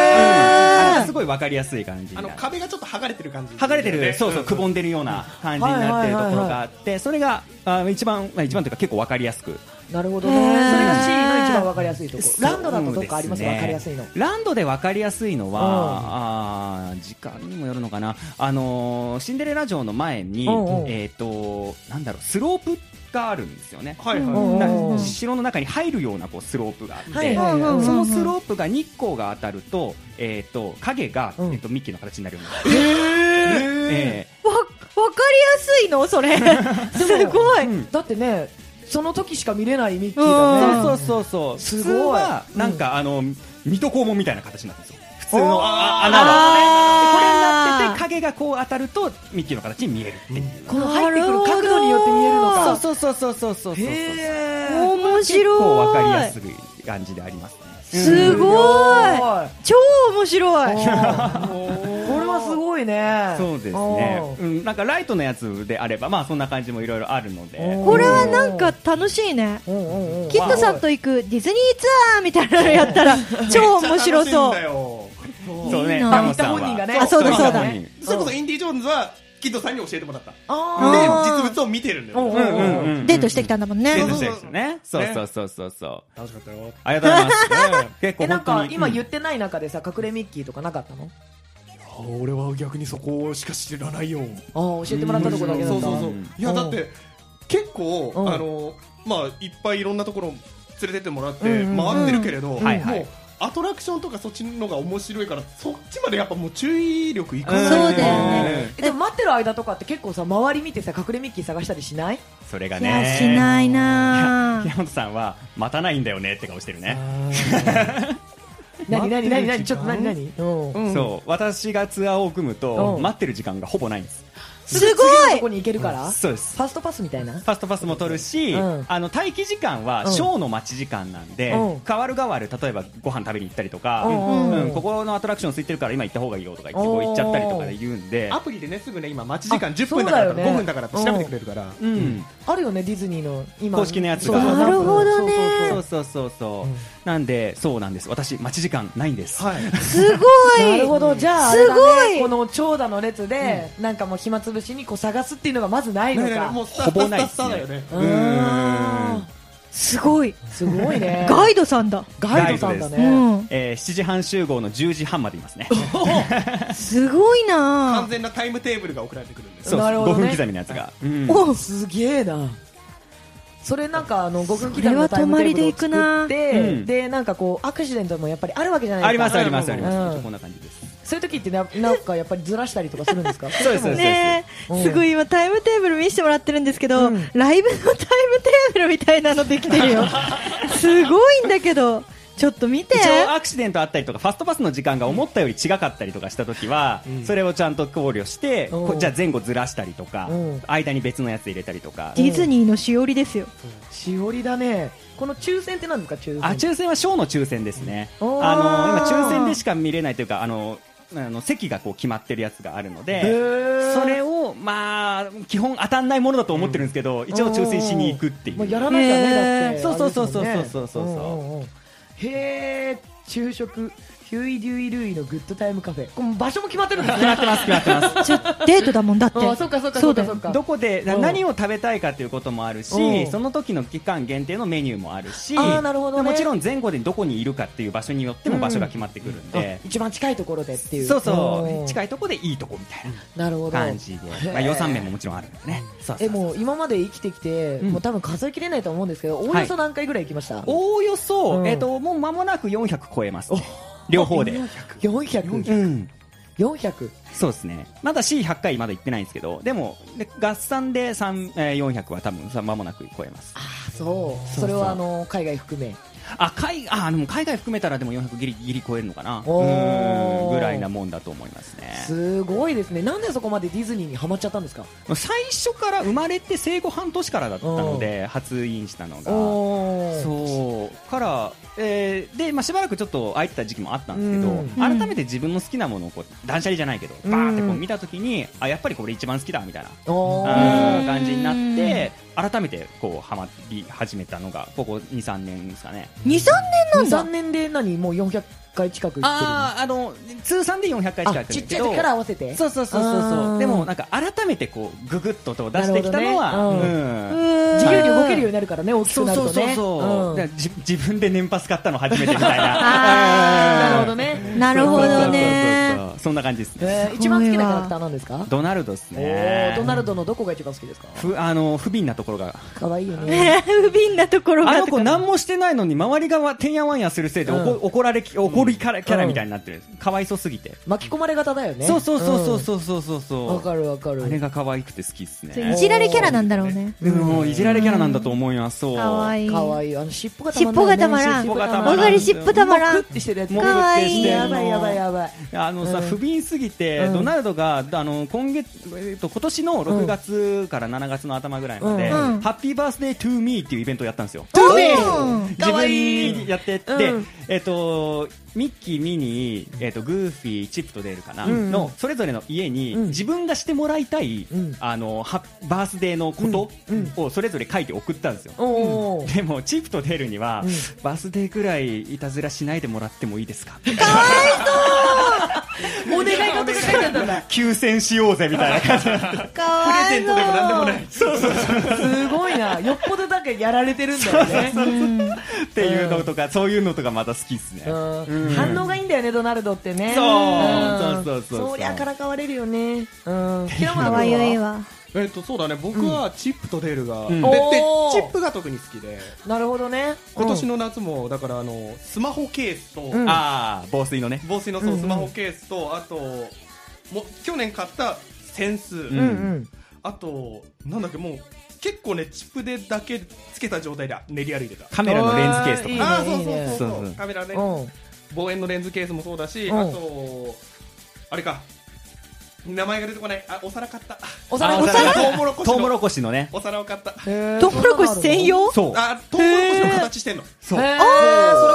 Speaker 2: ー
Speaker 3: うんあれがすごいわかりやすい感じに
Speaker 4: あ
Speaker 3: なる
Speaker 4: の壁がちょっと剥がれてる感じ、
Speaker 3: 剥がれてる、そうそう、くぼ
Speaker 4: ん
Speaker 3: んでるような感じになってるところがあって、それがあの一番、まあ、一番というか結構わかりやすく。
Speaker 2: なるほどね
Speaker 1: へー
Speaker 2: それが C の一番わかりやすいとこ
Speaker 3: そう
Speaker 2: ランドだとどっかあります
Speaker 3: です
Speaker 2: わ
Speaker 3: ね
Speaker 2: かりやすいの
Speaker 3: ランドでわかりやすいの
Speaker 2: うん
Speaker 3: は、あー時間にもよるのかな。あのーシンデレラ城の前に
Speaker 2: うんうん、
Speaker 3: えっと、なんだろう、スロープがあるんですよね。
Speaker 4: はいはい、
Speaker 2: うん
Speaker 3: な城の中に入るようなこうスロープがあって、
Speaker 2: はいはいはい
Speaker 3: そのスロープが日光が当たると、えっと、影が、
Speaker 2: うん
Speaker 3: えっと、ミッキーの形になるように
Speaker 4: え
Speaker 3: なる。
Speaker 4: ー、えー、
Speaker 3: え
Speaker 1: わわかりやすいのそ れすごい
Speaker 3: ーうん
Speaker 2: だってねその時しか見れないミッキー
Speaker 1: うん
Speaker 2: だね
Speaker 3: そうそうそうそ
Speaker 2: すごい
Speaker 3: う普通はなんか、あの水戸黄門みたいな形になってるんですよ普通
Speaker 2: おー
Speaker 3: のあ穴
Speaker 1: あー
Speaker 3: はでこれになってて影がこう当たるとミッキーの形に見えるっていう、
Speaker 2: この入ってくる角度によって見えるのか
Speaker 3: そうそうそうそうそうそうそう
Speaker 2: へー
Speaker 1: 面
Speaker 3: 結構わかりや
Speaker 1: 白い
Speaker 3: すい感じでありますね
Speaker 1: すごい
Speaker 2: お
Speaker 1: 超面白い
Speaker 2: ーこれはすごいね
Speaker 3: そうですね、うん、なんかライトのやつであればまあそんな感じもいろいろあるので
Speaker 1: これはなんか楽しいね
Speaker 2: おーうんうんうん
Speaker 1: キッドさんと行くディズニーツアーみたいなのやったら超面白そう
Speaker 4: う
Speaker 3: そうね
Speaker 1: いいな
Speaker 3: ラモスさんは
Speaker 2: 行った本人がね
Speaker 3: う
Speaker 1: あそうだ
Speaker 3: 行った
Speaker 1: そうだ
Speaker 3: 本人
Speaker 4: それこそインディ・ジョーンズはキッドさんに教えてもらったで
Speaker 2: あ
Speaker 1: あー
Speaker 4: 実物を見てるんだ
Speaker 2: おう
Speaker 4: よ
Speaker 2: おう
Speaker 3: うんうんうんうん
Speaker 1: デートしてきたんだもんね
Speaker 3: デー
Speaker 4: う
Speaker 3: ト
Speaker 4: ん
Speaker 3: してるんですよねそうそうそうそうそう
Speaker 4: 楽しかったよ
Speaker 3: ありがとうございます。結
Speaker 2: ーえなんか今言
Speaker 3: っ
Speaker 2: ってない中でさ隠れミッキーとかなかったの
Speaker 4: 俺は逆にそこしか知らないよ
Speaker 2: ああ教えてもらったとこだけだ
Speaker 4: そ
Speaker 2: っ
Speaker 4: う
Speaker 2: た
Speaker 4: そうそう
Speaker 3: うん
Speaker 4: いやだって結構
Speaker 2: うん
Speaker 4: あのまあいっぱいいろんなところ連れてってもらって
Speaker 2: うんうんうん
Speaker 4: 回ってるけれど、
Speaker 3: ん
Speaker 4: も
Speaker 3: はいはいう
Speaker 4: アトラクションとかそっちのが面白いからそっちまでやっぱもう注意力いかない
Speaker 1: そうだよね
Speaker 2: えでも待ってる間とかって結構さ周り見てさ隠れミッキー探したりしない
Speaker 3: それが
Speaker 1: いや
Speaker 3: ね。
Speaker 1: しないな
Speaker 3: 平本さんは待たないんだよねって顔してるね。
Speaker 2: 何何何
Speaker 4: 待って
Speaker 2: 何ち
Speaker 4: る時
Speaker 2: ょっ
Speaker 4: 間
Speaker 2: と何何うん
Speaker 4: うん
Speaker 3: そう私がツアーを組む
Speaker 2: う
Speaker 3: と
Speaker 2: ん
Speaker 3: 待ってる時間がほぼないんです。
Speaker 1: すごい
Speaker 2: 次のとこに行けるからフ
Speaker 3: そうです。フ
Speaker 2: ァーストパスみたいな
Speaker 3: ァストパスも取るし、
Speaker 2: うん
Speaker 3: あの待機時間は
Speaker 2: うん
Speaker 3: ショーの待ち時間なんで、
Speaker 2: うん
Speaker 3: 変わる変わる例えばご飯食べに行ったりとか、
Speaker 2: うんうん
Speaker 3: うんここのアトラクション空いてるから今行った方がいいよとか言ってこう行っちゃったりとかで言うんで
Speaker 4: ア、プリでねすぐね今待ち時間
Speaker 2: あ
Speaker 4: 10分だから
Speaker 2: そうだ
Speaker 4: とか
Speaker 2: よね
Speaker 4: 5分だからって調べてくれるから
Speaker 3: うん、
Speaker 2: あるよねディズニーの今
Speaker 3: 公式のやつ
Speaker 2: そ
Speaker 3: が
Speaker 2: うそう
Speaker 1: なるほどね
Speaker 3: そうそうそうそう、
Speaker 2: うん
Speaker 3: なんでそうなんです私待ち時間ないんです。
Speaker 4: はい
Speaker 1: すご
Speaker 2: ないるほどじゃああ
Speaker 1: す
Speaker 2: れ
Speaker 1: ごい
Speaker 2: だねこの長蛇の列でなんかもう暇つぶしにこう探すっていうのがまずないの
Speaker 4: ねえねえねえも
Speaker 2: か
Speaker 4: うスタ
Speaker 3: ほぼ
Speaker 4: ス
Speaker 3: な
Speaker 4: タ
Speaker 3: いっす
Speaker 4: スタスタ
Speaker 3: ね
Speaker 4: だよね
Speaker 2: うーん
Speaker 1: すごい
Speaker 2: すごいね
Speaker 1: ガイドさんだ
Speaker 2: ガイドさんだ
Speaker 1: う
Speaker 2: ね
Speaker 1: ん
Speaker 3: えー、7時半集合の10時半までいますね。
Speaker 1: すごいな
Speaker 4: 完全なタイムテーブルが送られてくるんです
Speaker 3: そ う
Speaker 2: なるほどね
Speaker 3: 5分刻みのやつが。うん
Speaker 1: お
Speaker 2: すげえなそれなんかあの5分刻み
Speaker 1: それ
Speaker 2: の
Speaker 1: は
Speaker 2: タイムテーブル
Speaker 1: 泊ま
Speaker 2: を作っ
Speaker 1: り
Speaker 3: 行く
Speaker 2: て
Speaker 3: な
Speaker 2: でなんかこうアクシデントもやっぱりあるわけじゃないですか
Speaker 3: ありますありますあり
Speaker 2: うん
Speaker 3: ます。こんな感じです。
Speaker 2: そういう時ってななんかやっぱりずらしたりとかするんですか
Speaker 3: そうですそうです
Speaker 1: ね
Speaker 2: うん
Speaker 1: えすごい今タイムテーブル見せてもらってるんですけど、
Speaker 2: うん
Speaker 1: ライブのタイムテーブルみたいなのできてるよすごいんだけどちょっと見て
Speaker 3: 一応アクシデントあったりとかファストパスの時間が思ったより違かったりとかした時は、それをちゃんと考慮して、
Speaker 2: うん
Speaker 3: こじゃあ前後ずらしたりとか
Speaker 2: うん、
Speaker 3: 間に別のやつ入れたりとか
Speaker 1: デ。ィズニーのしおりですよ
Speaker 2: しおりだねこの抽選って何ですか抽選
Speaker 3: あ抽選はショーの抽選ですね。あ
Speaker 2: お
Speaker 3: の
Speaker 2: ー
Speaker 3: 今抽選でしか見れないというかあのあの席がこう決まってるやつがあるの
Speaker 2: へ
Speaker 3: で。
Speaker 2: ー
Speaker 3: それをまあ基本当たんないものだと思ってるんですけど、一応抽選しに行くっていう。
Speaker 2: もうやらなきゃねだっ
Speaker 1: へ
Speaker 2: て
Speaker 1: ー
Speaker 3: そうそうそうそうそうそうそう
Speaker 2: あれですもんねんんんへえ昼食ヒュイ・デュイ・ルイのグッドタイムカフェこれ場所も決まってるんです ね
Speaker 3: なってます決まってます
Speaker 1: ちょデートだもんだって
Speaker 2: あそっかそっかそっ
Speaker 1: だ
Speaker 2: か
Speaker 1: よ
Speaker 2: そっか
Speaker 3: どこで
Speaker 2: うん
Speaker 3: 何を食べたいかということもある
Speaker 2: う
Speaker 3: し
Speaker 2: ん
Speaker 3: その時の期間限定のメニューもあるし
Speaker 2: あーなるほどね
Speaker 3: もちろん前後でどこにいるかっていう場所によっても場所が決まってくるんで
Speaker 2: あ、一番近いところでっていう
Speaker 3: そうそう
Speaker 2: い
Speaker 3: 近いとこでいいとこみたいな
Speaker 2: なるほど
Speaker 3: 感じで、まあ、予算面ももちろんあるんでねそうそう
Speaker 2: えもう今まで生きてきて、
Speaker 3: ん
Speaker 2: もう多分数えきれないと思うんですけどおおよそ何回ぐらい行きました、
Speaker 3: おおよそ、
Speaker 2: うん
Speaker 3: えっともう間もなく400超えますね両方でう
Speaker 2: 400?400?
Speaker 3: んそうですねまだ C100 回まだ行ってないんですけどでもで合算で3、えー400は多分さ間もなく超えます
Speaker 2: ああそうそれはあの海外含め
Speaker 3: あ海あでも海外含めたらでも400ギリギリ超えるのかな
Speaker 2: おー
Speaker 3: うんぐらいなもんだと思いますね
Speaker 2: すごいですねなんでそこまでディズニーにハマっちゃったんですか
Speaker 3: 最初から生まれて生後半年からだったので初インしたのが
Speaker 2: おー
Speaker 3: そうから、えーでまあ、しばらくちょっと空いてた時期もあったんですけど、
Speaker 2: うん
Speaker 3: 改めて自分の好きなものをこう断捨離じゃないけどバーってこう
Speaker 2: うん
Speaker 3: 見た時にあやっぱりこれ一番好きだみたいな
Speaker 2: お
Speaker 3: あ
Speaker 2: ー
Speaker 3: ー感じになって改めてこうハマり始めたのがここ23年ですかね
Speaker 1: 23年なんだ
Speaker 2: 3年で何もう400回近く行ってるの
Speaker 3: あーあの通算で400回しかやって
Speaker 2: ち
Speaker 3: るん
Speaker 2: っち
Speaker 3: だけ
Speaker 2: ゃい
Speaker 3: ど
Speaker 2: 時から合わせて
Speaker 3: そうそうそうそう
Speaker 2: あ
Speaker 3: そ
Speaker 2: ー
Speaker 3: うでもなんか改めてこうググッとと出してきたの
Speaker 2: なる
Speaker 3: は、
Speaker 2: ほどね
Speaker 3: うん
Speaker 2: 自由に動けるようになるからね大き
Speaker 3: そ
Speaker 2: く
Speaker 3: う
Speaker 2: なると
Speaker 3: そう
Speaker 2: ね
Speaker 3: そうそう、
Speaker 2: ん
Speaker 3: だからじ自分で年パス買ったの初めてみたい
Speaker 1: あー
Speaker 3: な
Speaker 2: なるほどね
Speaker 1: なるほどね
Speaker 3: そうそうそうそうそんな感じですね、
Speaker 2: えー一番好きなキャラクターなんですか
Speaker 3: ドナルドです
Speaker 2: おー
Speaker 3: ね
Speaker 2: ドナルドのどこが一番好きですか
Speaker 3: ふあの不憫なところが
Speaker 2: 可愛いよね
Speaker 1: 不憫なところが
Speaker 3: あの子何もしてないのに周りがわてんやわんやするせいで怒,、
Speaker 2: うん
Speaker 3: 怒られき怒りからキャラみたいになってるんですかわいそうすぎて、
Speaker 2: 巻き込まれ型だよね
Speaker 3: そうそうそうそうそうそうそ
Speaker 2: うん
Speaker 3: う
Speaker 2: わかるわかる
Speaker 3: あれが可愛くて好きです
Speaker 1: い
Speaker 3: ね
Speaker 1: じられキャラなんだろうね
Speaker 3: でもいじられキャラなんだと思いますそう
Speaker 1: かわいい
Speaker 2: 可愛いあの尻尾が
Speaker 1: 尻尾がたまらん
Speaker 2: 尻尾がたま
Speaker 1: わ
Speaker 2: ら
Speaker 1: かり尻尾たまら
Speaker 2: も
Speaker 1: ん
Speaker 2: うクッてしてるやつ
Speaker 3: もう
Speaker 1: かわいい
Speaker 2: やばいやばいやばい
Speaker 3: あのさ、
Speaker 2: うん
Speaker 3: 不憫すぎて、
Speaker 2: うん
Speaker 3: ドナルドがあの今月、えっと今年の6月から7月の頭ぐらいまで、
Speaker 1: うん
Speaker 3: ハッピーバースデートゥーミーっていうイベントをやったんですよ。
Speaker 2: トゥーミ
Speaker 1: うん
Speaker 3: 自
Speaker 2: かわ
Speaker 3: 分
Speaker 2: いい
Speaker 3: にやってって、
Speaker 2: うん
Speaker 3: えっとミッキー、ミニー、えっとグーフィー、チップとデールかな、
Speaker 2: うん
Speaker 3: のそれぞれの家に、
Speaker 2: うん
Speaker 3: 自分がしてもらいたい、
Speaker 2: うん
Speaker 3: あのハッバースデーのこと
Speaker 2: うん
Speaker 3: をそれぞれ書いて送ったんですよ。
Speaker 2: おー
Speaker 3: でもチップとデールには、バースデーくらいいたずらしないでもらってもいいですか
Speaker 2: お願い事が書いてあったんだ
Speaker 3: 休戦しようぜみたいな感じになって
Speaker 1: かわいそう
Speaker 2: すごいなよっぽどだけやられてるんだよね
Speaker 3: っていうのとか、そういうのとかまた好きですね。
Speaker 2: うん反応がいいんだよねドナルドってね
Speaker 3: そうんそうそうそうそう
Speaker 2: そりゃからかわれるよねうん 平
Speaker 1: か
Speaker 2: 村
Speaker 1: わいい
Speaker 2: 君は
Speaker 1: わ
Speaker 4: えっとそうだね僕はチップとデールが、
Speaker 3: ん
Speaker 4: でで
Speaker 2: おー
Speaker 4: チップが特に好きで
Speaker 2: なるほどね
Speaker 4: 今年の夏もだからあのスマホケースと、
Speaker 2: ん
Speaker 3: ああ、防水のね。
Speaker 4: 防水のそうスマホケースとあとも去年買った扇子、
Speaker 3: ん
Speaker 2: うんうん
Speaker 4: あとなんだっけもう結構ねチップでだけつけた状態で練り歩いてた。
Speaker 3: カメラのレンズケースとか
Speaker 2: いい
Speaker 3: ね。
Speaker 2: ね
Speaker 4: ああそうそう
Speaker 2: いいね
Speaker 4: そ
Speaker 3: そ
Speaker 4: うそうう
Speaker 3: そう
Speaker 4: カメラね
Speaker 2: うん
Speaker 4: 望遠のレンズケースもそうだし、
Speaker 2: うん
Speaker 4: あとあれか名前が出てこないあお皿買った
Speaker 2: お皿
Speaker 3: あ
Speaker 2: お
Speaker 3: お
Speaker 2: 皿
Speaker 3: 皿
Speaker 4: トウモロコシ
Speaker 3: トウモ
Speaker 4: の
Speaker 3: ロコシのね。
Speaker 4: お皿を買った
Speaker 2: へー
Speaker 1: トウモロコシ専用
Speaker 3: そう。
Speaker 4: あトウモロコシの形してんのす
Speaker 3: そう。
Speaker 2: へーそれか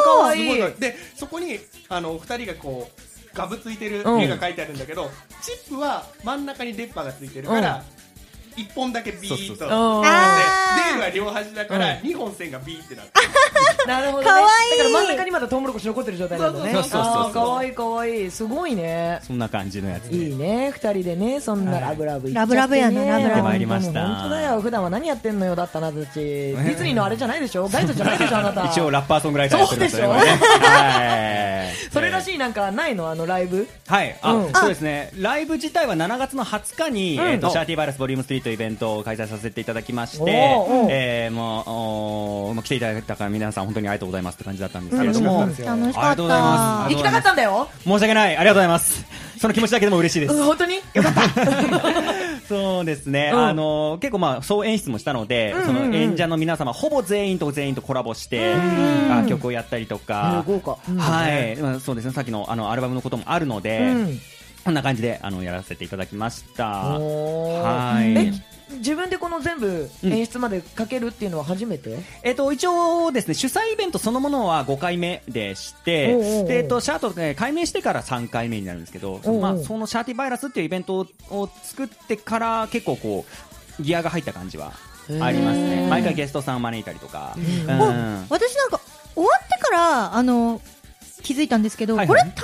Speaker 2: わ
Speaker 4: ご
Speaker 2: い
Speaker 4: い
Speaker 2: い
Speaker 4: のでそこにあのお二人がこうガブついてる
Speaker 2: うん
Speaker 4: 絵が書いてあるんだけど、チップは真ん中に出っ歯がついてるから、一本だけビーッと
Speaker 3: そうそうそう
Speaker 2: うん
Speaker 1: あ
Speaker 4: でデールは両端だから、二本線がビーってなって
Speaker 2: なるほどね
Speaker 1: かわいい
Speaker 2: だから真ん中にまだトウモロコシ残ってる状態なんだね
Speaker 3: そうそうそうそう
Speaker 2: あーかわいいかわいいすごいね
Speaker 3: そんな感じのやつで。
Speaker 2: いいね二人でねそんなラブラブ言っちゃってね
Speaker 1: ラブラブやなラブラブやって
Speaker 3: まいりました
Speaker 2: 本当だよ普段は何やってんのよだったなたちディズニーのあれじゃないでしょガイドじゃないでしょあなた
Speaker 3: 一応ラッパーソングライターやってるん
Speaker 2: そうでしょ
Speaker 3: ねはい。
Speaker 2: それらしいなんかないのあのライブ
Speaker 3: はい、あ、
Speaker 2: うん
Speaker 3: そうですね。ライブ自体は7月の20日に、
Speaker 2: うん
Speaker 3: えっ、と、シャーティーバイラスボリューム3というイベントを開催させていただきまして、
Speaker 2: おーおー
Speaker 3: えー、もうおー、もう来ていただいたから皆さん本当にありがとうございますって感じだったんですけれども、
Speaker 1: 楽しかった
Speaker 3: ありがとうございます。
Speaker 2: 行きたかったんだよ
Speaker 3: 申し訳ない。ありがとうござ います。その気持ちだけでも嬉しいで
Speaker 2: うん
Speaker 3: す。
Speaker 2: 本当によかった
Speaker 3: そうですね。
Speaker 2: うん
Speaker 3: あの、結構まあ、総演出もしたので、その演者の皆様、ほぼ全員と全員とコラボして、楽曲をやったりとか、
Speaker 2: 豪華うん
Speaker 3: はい、まあそうですね。さっきのあの、アルバムのこともあるので、
Speaker 2: うん
Speaker 3: こんな感じで、あの、やらせていただきました。
Speaker 2: おー
Speaker 3: はい
Speaker 2: え自分でこの全部演出までかけるっていうのは初めて
Speaker 3: えっと、一応ですね、主催イベントそのものは5回目でして、
Speaker 2: おうおうおう
Speaker 3: で、えっと、シャート、えー改名してから3回目になるんですけど、そのま
Speaker 2: おう
Speaker 3: あ、
Speaker 2: おう
Speaker 3: そのシャーティバイラスっていうイベントを作ってから結構こう、ギアが入った感じはあります
Speaker 2: へ
Speaker 3: ね。
Speaker 2: ー
Speaker 3: 毎回ゲストさんを招いたりとか。う
Speaker 1: あ
Speaker 3: ん。
Speaker 1: 私なんか終わってからあの気づいたんですけど、
Speaker 3: はいはい
Speaker 1: これ誕生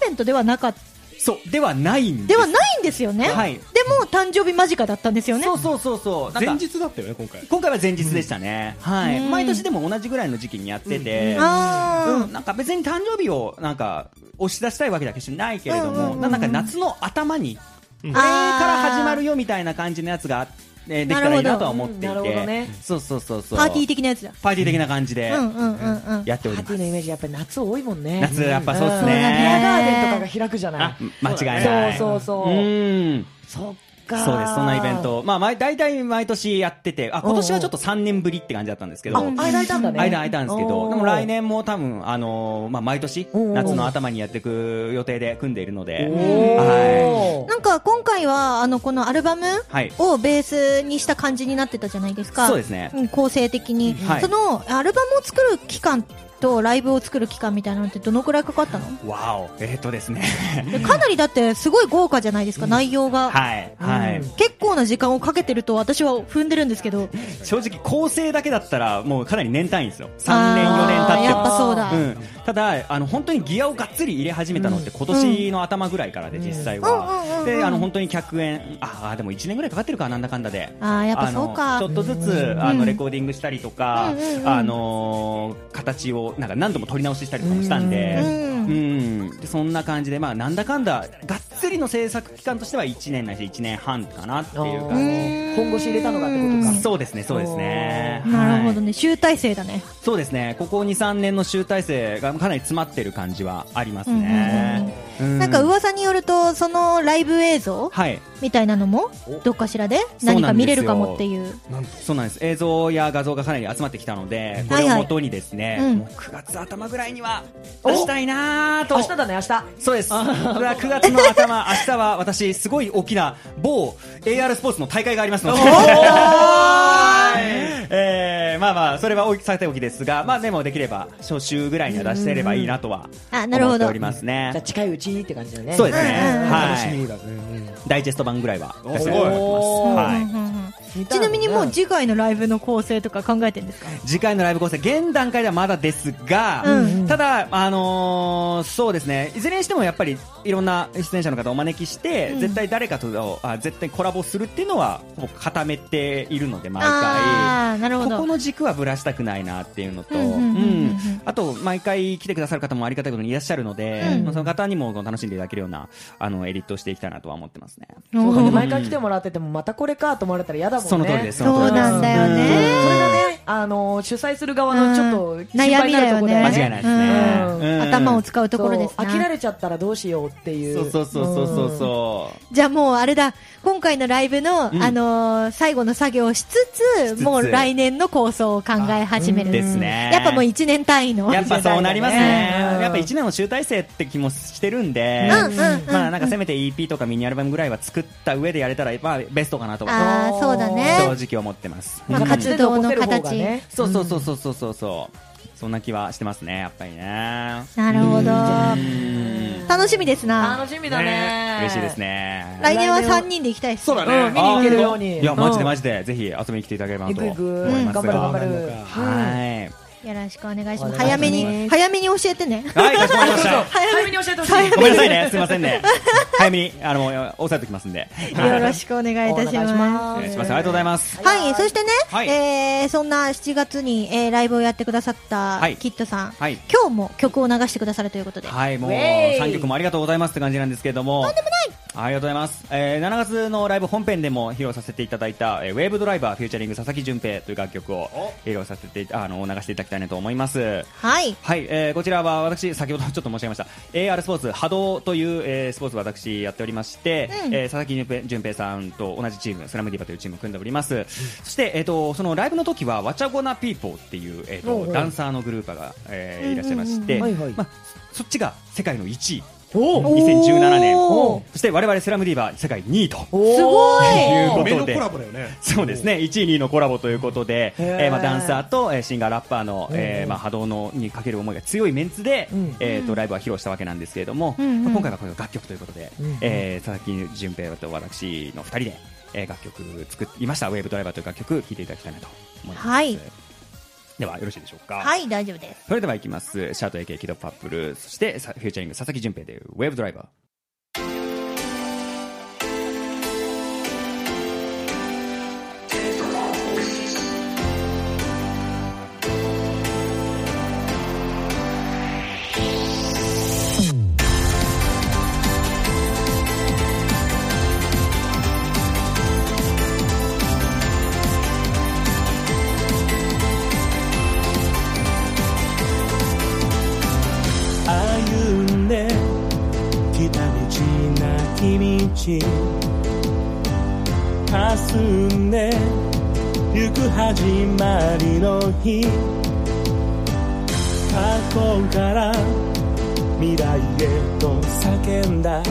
Speaker 1: 日イベントではなかっ
Speaker 3: そうではない
Speaker 1: で
Speaker 3: んです
Speaker 1: はないんですよね、
Speaker 3: はい
Speaker 1: でも誕生日間近だったんですよね
Speaker 3: そうそうそうそうなんか
Speaker 4: 前日だったよね、今回。
Speaker 3: 今回は前日でしたね、はい、
Speaker 1: うん
Speaker 3: 毎年でも同じぐらいの時期にやってて、
Speaker 1: あ
Speaker 3: うんなんか別に誕生日をなんか押し出したいわけだけじゃないけれど
Speaker 1: うん
Speaker 3: も、
Speaker 1: うんうん
Speaker 3: なんか夏の頭に、
Speaker 4: ん
Speaker 3: これから始まるよみたいな感じのやつが、えーできたらいいなとは思っていて、
Speaker 2: なるほどうんなるほどね
Speaker 3: そうそうそうそう
Speaker 1: パーティー的なやつだ
Speaker 3: パーティー的な感じで
Speaker 1: うんうんうんうん
Speaker 3: やっており
Speaker 2: パーテ
Speaker 3: ます
Speaker 2: ィー。のイメージやっぱり夏多いもんね
Speaker 3: 夏やっぱそうっ
Speaker 2: ん
Speaker 3: すね
Speaker 2: んビアガーデンとかが開くじゃない
Speaker 3: あ間違いない。
Speaker 2: そうそうそう
Speaker 3: うん
Speaker 2: そっか
Speaker 3: そうです、そんなイベント、まあ、毎大体毎年やってて、あ今年はちょっと3年ぶりって感じだったんですけど、
Speaker 2: あ間空いたんだね
Speaker 3: 間空いたんですけ
Speaker 2: お
Speaker 3: ど、
Speaker 2: ー
Speaker 3: でも来年も多分、あのーまあ、毎年、
Speaker 2: おー
Speaker 3: 夏の頭にやっていく予定で組んでいるので、
Speaker 2: お
Speaker 3: は
Speaker 2: ー
Speaker 1: なんか今回はあのこのアルバム
Speaker 3: はい
Speaker 1: をベースにした感じになってたじゃないですか、
Speaker 3: そうですね
Speaker 1: ん構成的に、
Speaker 3: はい
Speaker 1: そのアルバムを作る期間とライブを作る期間みたいなのってどのくらいかかったの
Speaker 3: い。わお、えっ、ー、とですね、
Speaker 1: でかなりだってすごい豪華じゃないですか、内容が、
Speaker 3: はい、はい、
Speaker 1: 結構な時間をかけてると私は踏んでるんですけど
Speaker 3: 正直、構成だけだったら、もうかなり年単位ですよ、3年、4年経
Speaker 1: あー
Speaker 3: って
Speaker 1: や
Speaker 3: も
Speaker 1: っぱそうだ、
Speaker 3: うん、ただあの本当にギアをがっつり入れ始めたのって今年の頭ぐらいからで実際
Speaker 1: うんうんうんうん
Speaker 3: は、であの本当に客演ああでも1年ぐらいかかってるかなんだかんだで。
Speaker 1: ああやっぱそうか
Speaker 3: あのちょっとずつあのレコーディングしたりとか、
Speaker 1: うんうんうん
Speaker 3: あのー形をなんか何度も取り直ししたりとかもしたんで,、
Speaker 1: う
Speaker 3: うんんでそんな感じで、まあ、なんだかんだがっつりの制作期間としては1年ないし1年半かなっていう
Speaker 2: あ
Speaker 3: 感
Speaker 2: ー本腰入れたのかってこと
Speaker 3: じ、
Speaker 2: か
Speaker 3: そうですねそうですね、
Speaker 1: なるほど
Speaker 3: はい
Speaker 1: ね集大成だね
Speaker 3: そうですねここ23年の集大成がかなり詰まってる感じはありますね、う
Speaker 1: なんか噂によるとそのライブ映像
Speaker 3: はい
Speaker 1: みたいなのもどっかしらで何か見れるかもっていう
Speaker 3: そうなんです映像や画像がかなり集まってきたので、こ
Speaker 1: はい
Speaker 3: れ
Speaker 1: は
Speaker 3: を
Speaker 1: い
Speaker 3: もとにですね、
Speaker 1: うん
Speaker 3: もう9月頭ぐらいには
Speaker 2: お
Speaker 3: 出したいなーと
Speaker 2: 明日だね明日
Speaker 3: そうですこれは9月の頭 明日は私すごい大きな某 AR スポーツの大会がありますので えーまあまあそれは置いさておきですがまあでもできれば初週ぐらいには出してればいいなとは
Speaker 1: あなるほど
Speaker 3: 思っておりますね
Speaker 2: じゃあ近いうちにって感じだね
Speaker 3: そうですね、
Speaker 1: うんうん
Speaker 3: はい
Speaker 4: 楽しみだね。
Speaker 3: ダイジェスト版ぐらいは出してもらって
Speaker 2: お
Speaker 3: ま
Speaker 2: ー
Speaker 3: す、はい、
Speaker 2: 見た
Speaker 1: ち
Speaker 2: い
Speaker 1: なみにもう次回のライブの構成とか考えてるんですか
Speaker 3: 次回のライブ構成現段階ではまだですが、
Speaker 1: うん
Speaker 3: ただ、あのーそうですねいずれにしてもやっぱりいろんな出演者の方をお招きして、
Speaker 1: うん
Speaker 3: 絶対誰かとあ絶対コラボするっていうのはほぼ固めているので毎回。
Speaker 1: ああーなるほ
Speaker 3: こ
Speaker 1: ど
Speaker 3: この軸はぶらしたくないなっていうのと、
Speaker 1: う
Speaker 3: うん
Speaker 1: うんうんうんうん
Speaker 3: んあと毎回来てくださる方もありがたいことにいらっしゃるので、
Speaker 1: うん
Speaker 3: まあその方にも楽しんでいただけるようなあのエディットをしていきたいなとは思ってますね。
Speaker 2: そうだね毎
Speaker 1: お
Speaker 2: 回来てもらっててもまたこれかと思われたら嫌だもんね
Speaker 3: その通りです。
Speaker 1: そ
Speaker 3: の通
Speaker 1: う
Speaker 3: りです
Speaker 1: なんだよ
Speaker 2: そ
Speaker 1: ね
Speaker 2: れがねあの主催する側のちょっと
Speaker 1: うん
Speaker 2: 心配になるところだよね
Speaker 3: 間違いないですね。
Speaker 2: うん
Speaker 3: うん
Speaker 1: 頭を使うところです
Speaker 2: そう飽きら
Speaker 1: な
Speaker 2: れちゃったらどうしようっていう
Speaker 3: そうそうそうそうそうそう。
Speaker 1: じゃあもうあれだ今回のライブの、
Speaker 3: ん
Speaker 1: あのー最後の作業をしつつ
Speaker 3: つ
Speaker 1: もう来年の構想を考え始める、
Speaker 3: うんですね
Speaker 1: やっぱもう1年単位の
Speaker 3: やっぱそうなりますね、
Speaker 2: うん
Speaker 3: やっぱ1年の集大成って気もしてるんで、
Speaker 1: うんうんうん
Speaker 3: まあなんかせめて EP とかミニアルバムぐらいは作った上でやれたら、まあ、ベストかなと正
Speaker 1: ああそうだね
Speaker 3: 直思ってます、
Speaker 2: まあ
Speaker 3: うん
Speaker 1: 活動の形
Speaker 3: そうそうそうそうそうそうそうそんな気はしてますねやっぱりね
Speaker 1: なるほど
Speaker 3: うん
Speaker 1: 楽しみですな
Speaker 2: 楽しみだね
Speaker 3: 嬉しいですね
Speaker 1: 来年は
Speaker 2: 来年は
Speaker 1: 3人で行きたいです
Speaker 4: そうだね
Speaker 2: うん見に行けるよう
Speaker 3: あ
Speaker 2: に
Speaker 3: ーいやマジで
Speaker 2: うん
Speaker 3: マジで、ぜひ遊びに来ていただければな
Speaker 2: 行
Speaker 3: と
Speaker 2: く行
Speaker 3: 思
Speaker 2: く
Speaker 3: います
Speaker 2: 頑張る頑張
Speaker 4: うん
Speaker 2: る
Speaker 3: はい
Speaker 1: よろしくお願いしま
Speaker 2: お願いしますす
Speaker 1: 早めに早めに教えてね
Speaker 3: はいかしこまりま した
Speaker 2: 早めに教えてほしい
Speaker 3: ごめんなさいね、すみませんね。早めに、あの、押さえておきます んで。はい
Speaker 1: よろしくお願いいたし
Speaker 2: お願いし
Speaker 1: ま
Speaker 2: ますす
Speaker 3: お願いします。ありがとうございます。
Speaker 1: はい、そしてね、
Speaker 3: はい
Speaker 1: えーそんな7月に、えーライブをやってくださった
Speaker 3: はい
Speaker 1: キッドさん、
Speaker 3: はい
Speaker 1: 今日も曲を流してくださるということで、
Speaker 3: はい、もう
Speaker 2: ウェイ
Speaker 3: 3曲もありがとうございますって感じなんですけれども。ありがとうございます、えー7月のライブ本編でも披露させていただいた、えーウェーブドライバーフューチャリング佐々木純平という楽曲を披露させてあの流していただきたいなと思います。
Speaker 1: はい、
Speaker 3: はい、えーこちらは私、先ほどちょっ と申し上げました、AR スポーツ波動という、えースポーツを私やっておりまして、
Speaker 1: うん
Speaker 3: えー佐々木純平純平さんと同じチーム、スラムディバというチームを組んでおります。そして、えっ、と、そのライブの時は、わちゃごなピーポーっていう、えっ、
Speaker 2: おうお
Speaker 3: と、
Speaker 2: う
Speaker 3: ダンサーのグループが、えーいらっしゃいまし
Speaker 1: う
Speaker 3: て、
Speaker 2: んうんうんはいはい
Speaker 3: まあ、そっちが世界の1位。
Speaker 2: おー
Speaker 3: 2017年
Speaker 1: おー
Speaker 3: そして我々スラムディーバー世界2位と
Speaker 1: すごい
Speaker 3: いうこと
Speaker 4: 目の
Speaker 3: で
Speaker 4: コラボだよね。
Speaker 3: そうですね、1位、2位のコラボということで、
Speaker 2: へー
Speaker 3: えーまあ、ダンサーと、えーシンガー、ラッパーの、えーまあ、波動のにかける思いが強いメンツで、
Speaker 2: うん
Speaker 3: えー、とライブは披露したわけなんですけれども、
Speaker 1: うんうん
Speaker 3: まあ今回はこれが楽曲ということで、
Speaker 2: うん
Speaker 3: えー佐々木純平と私の2人で、えー楽曲作りました、ウェーブドライバーという楽曲、聴いていただきたいなと思います。
Speaker 1: はい
Speaker 3: ではよろしいでしょうか
Speaker 1: はい、大丈夫です。
Speaker 3: それではいきますシャート AK キドパップルそしてさフューチャリング佐々木純平でウェーブドライバー
Speaker 5: 歩んできた道なき道霞んでゆく始まりの日過去から未来へと叫んだ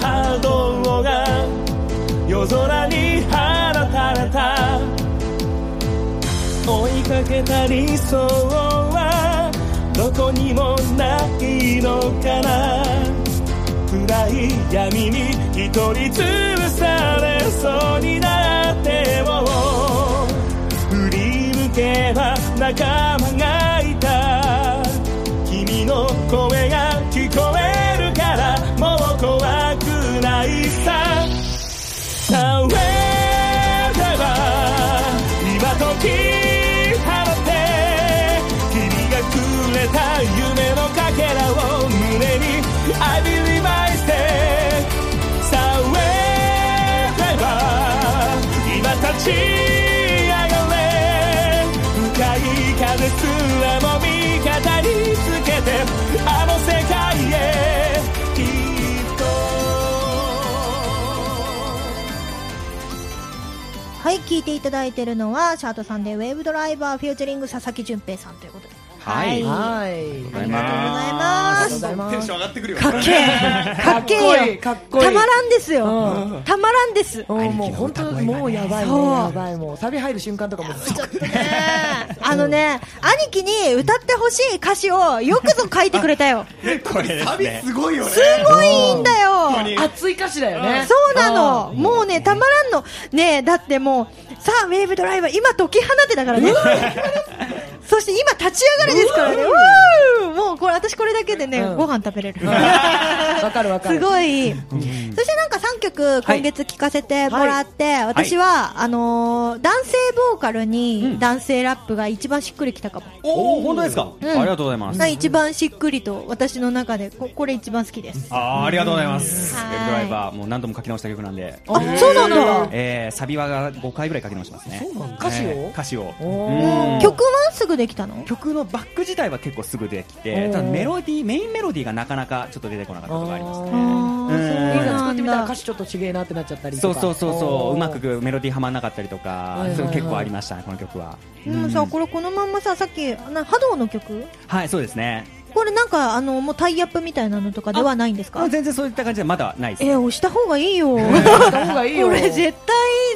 Speaker 5: 波動が夜空に放たれた追いかけた理想はどこにもないのかな暗い闇に一人潰されそうになっても振り向けば仲間がいた君の声が聞こえるからもう怖くないさ「さウェー今解き放って」「君がくれた夢のかけらを胸に I believe I stay」「さあウェー今立ち上がれ」「深い風すらも味方につけてあの世界へ」きっと
Speaker 1: はい、聞いていただいてるのは、シャートさんで、ウェーブドライバー、フューチャリング、佐々木純平さんということで。
Speaker 3: はい
Speaker 1: あ
Speaker 2: はい。
Speaker 1: りがとうございます。
Speaker 2: ざいま
Speaker 4: テンション上がってくるよ
Speaker 1: かっけえ。かっけえよ。
Speaker 2: かっこいいかっこいい
Speaker 1: たまらんですよ。たまらん です。
Speaker 2: おーもう本当もうやばいね
Speaker 1: そう
Speaker 2: やばいもうサビ入る瞬間とかも
Speaker 1: ちょっとね、あのね、兄貴に歌ってほしい歌詞をよくぞ書いてくれ たよ。
Speaker 3: これで
Speaker 4: サ
Speaker 3: す
Speaker 4: ビ
Speaker 3: ね
Speaker 4: すごいよね
Speaker 1: すごいいいんだよ。
Speaker 2: 熱い歌詞だよね
Speaker 1: そうなの。もうね、たまらんの。ねえだってもう、さあ、ウェーブドライバー、今解き放てだからね。 そして今立ち上がれですからね。うーもうこれ、私これだけでね、
Speaker 2: うん
Speaker 1: ご飯食べれる。
Speaker 2: わかるわかる
Speaker 1: すごい。そしてなんか3曲今月聴かせてもらって、私は、あのー男性ボーカルに男性ラップが一番しっくりきたかも。
Speaker 3: おお本当ですか、
Speaker 1: ん
Speaker 3: ありがとうございます、
Speaker 1: が一番しっくりと私の中でここれ一番好きです。
Speaker 3: あーありがとうございます、
Speaker 1: はい
Speaker 3: ウェブドライバーもう何度も書き直した曲なんで、
Speaker 1: あ、そうなんだ。
Speaker 3: えー、サビはが5回ぐらい書き直してますねそうなん
Speaker 2: 歌詞を
Speaker 3: 歌詞を
Speaker 2: お
Speaker 3: うん
Speaker 1: 曲はすぐできたの
Speaker 3: 曲のバック自体は結構すぐできて
Speaker 2: おー
Speaker 3: ただメロディーメインメロディーがなかなかちょっと出てこなかったことがあります
Speaker 1: あ
Speaker 3: ね
Speaker 1: ーそうなんだ
Speaker 2: 映
Speaker 3: うん
Speaker 2: 画作ってみたら歌詞ちょっと違えなってなっちゃったり
Speaker 3: そ
Speaker 2: と
Speaker 3: う
Speaker 2: か
Speaker 3: そうそうそう
Speaker 2: おー
Speaker 3: うまくメロディーはまんなかったりとか
Speaker 2: はいはいはい
Speaker 3: そういうの結構ありましたねこの曲は
Speaker 1: でもさ、これこのまんまさ、さっき、な波動の曲
Speaker 3: はいそうですね
Speaker 1: これなんか、あの、もうタイアップみたいなのとかではないんです
Speaker 3: ま
Speaker 1: か
Speaker 3: あ全然そういった感じではまだないです
Speaker 1: え、押した方がいい よ。こ
Speaker 2: した方がいいよ
Speaker 1: れ絶対、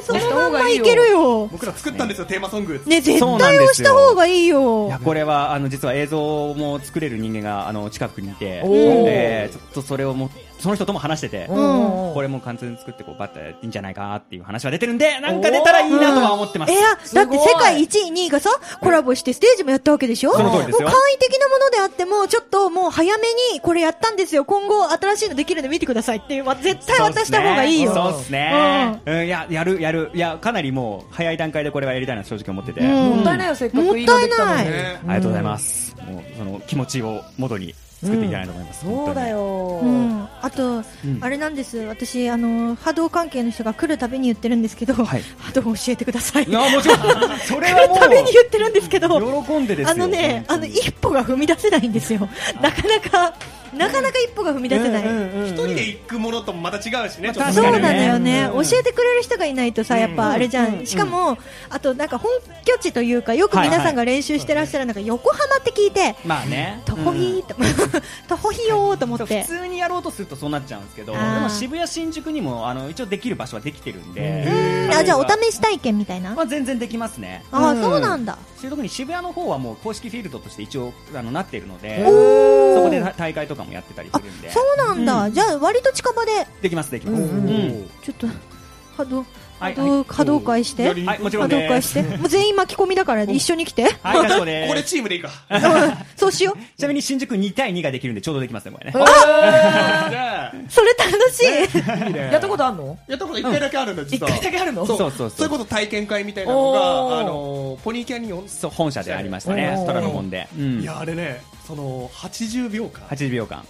Speaker 1: そ
Speaker 2: 押した
Speaker 1: のま
Speaker 2: 方
Speaker 1: ん
Speaker 2: が
Speaker 1: ま
Speaker 2: いい
Speaker 1: い
Speaker 2: よ
Speaker 1: けるよ。
Speaker 4: 僕ら作ったんですよテーマソング
Speaker 1: ね、絶対
Speaker 3: そうなんですよ
Speaker 1: 押した方がいいよ
Speaker 3: いや。これはあの実は映像も作れる人間があの近くにいて、
Speaker 2: おー
Speaker 3: えーちょっとそれをもうその人とも話してて、
Speaker 2: おー
Speaker 3: これも完全に作ってこうバッタいいんじゃないかなっていう話は出てるんでなんか出たらいいなとは思ってます
Speaker 1: い。や、
Speaker 2: すご
Speaker 1: だ
Speaker 2: い
Speaker 1: って世界1位、2位がさ、コラボしてステージもやったわけでしょ
Speaker 3: その通りですよ
Speaker 1: もう簡易的なものであっても、ちょっともう早めに、これやったんですよ、今後新しいのできるの見てくださいっていう、わ絶対渡した方がいいよ。
Speaker 3: そうですね。うん、いや、やる、やる。いや、かなりもう、早い段階でこれはやりたいなと正直思ってて。
Speaker 1: うん
Speaker 2: もったいないよせっかくいいのできたの
Speaker 1: もったいな
Speaker 2: に
Speaker 1: い
Speaker 4: ね
Speaker 3: ありがとうございます。もう、その気持ちを元に作っていきたいなと思います。
Speaker 2: そうだよ
Speaker 1: うん、あと、あれなんです、私、あの波動関係の人が来るたびに言ってるんですけど、
Speaker 3: はい
Speaker 1: 波動教えてください。
Speaker 3: 本当
Speaker 1: 来る
Speaker 3: に。いや、も ちろん、それはも
Speaker 1: たびに
Speaker 3: う、
Speaker 1: 言ってるんですけど、
Speaker 3: 喜んでですよ
Speaker 1: あのね、あの一歩が踏み出せないんですよ。なかなか、なかなか一歩が踏み出せない。
Speaker 4: 一人で行くものともまた違うしね
Speaker 3: まあ
Speaker 4: ち
Speaker 1: そ
Speaker 4: ょ
Speaker 1: う
Speaker 4: っ
Speaker 1: な
Speaker 4: と
Speaker 1: のよね、
Speaker 2: うん
Speaker 1: 教えてくれる人がいないとさ、やっぱあれじゃん、しかも、あとなんか本拠地というか、よく皆さんが練習してらっしゃる中、横浜って聞いて、
Speaker 3: まあね。
Speaker 1: とほひーと、 とほひよーと思
Speaker 3: そ
Speaker 1: っ
Speaker 3: う普
Speaker 1: て、
Speaker 3: 通にやろうとするとそうなっちゃうんですけど、
Speaker 1: あ
Speaker 3: で
Speaker 1: ー
Speaker 3: も渋谷、新宿にもあの一応できる場所はできてるんで、
Speaker 1: うんあじゃあお試し体験みたいな、
Speaker 3: まあ、全然できますね、
Speaker 1: ああ、そうなんだ、
Speaker 3: そういう特に渋谷の方はもう公式フィールドとして一応あのなっているので、
Speaker 1: おー
Speaker 3: そこで大会とかもやってたりす
Speaker 1: あ
Speaker 3: るんで、
Speaker 1: そうなんだ、じゃあ、割と近場で、
Speaker 3: できます、できます。
Speaker 2: うん
Speaker 3: うん
Speaker 1: ちょっと、波動
Speaker 3: はい
Speaker 1: 波動波動会して
Speaker 4: より
Speaker 3: はいもちろ
Speaker 1: 波動
Speaker 3: んで
Speaker 1: 会
Speaker 3: す
Speaker 1: して もう全員巻き込みだから一緒に来て
Speaker 3: はいかし こで
Speaker 4: これ
Speaker 3: す
Speaker 4: チームでいいか。
Speaker 1: そうしよ
Speaker 3: ちなみに新宿2対2ができるんでちょうどできますねこれね
Speaker 4: じゃあ
Speaker 1: うそれ楽しい
Speaker 2: やったことあんの
Speaker 4: やったこと一回だけあるんだ、
Speaker 2: 一
Speaker 4: 実は。
Speaker 2: 回だけあるの
Speaker 4: そう
Speaker 3: そ
Speaker 4: そう
Speaker 3: そ
Speaker 4: うそう
Speaker 3: そう
Speaker 4: う。そういうこと体験会みたいなのが、
Speaker 2: おー
Speaker 4: あのー、ポニーキャニオン
Speaker 3: そう本社でありましたね
Speaker 2: おー
Speaker 3: ストラの本で、うん、
Speaker 4: いや、あれね、その、80秒間、
Speaker 3: 80秒間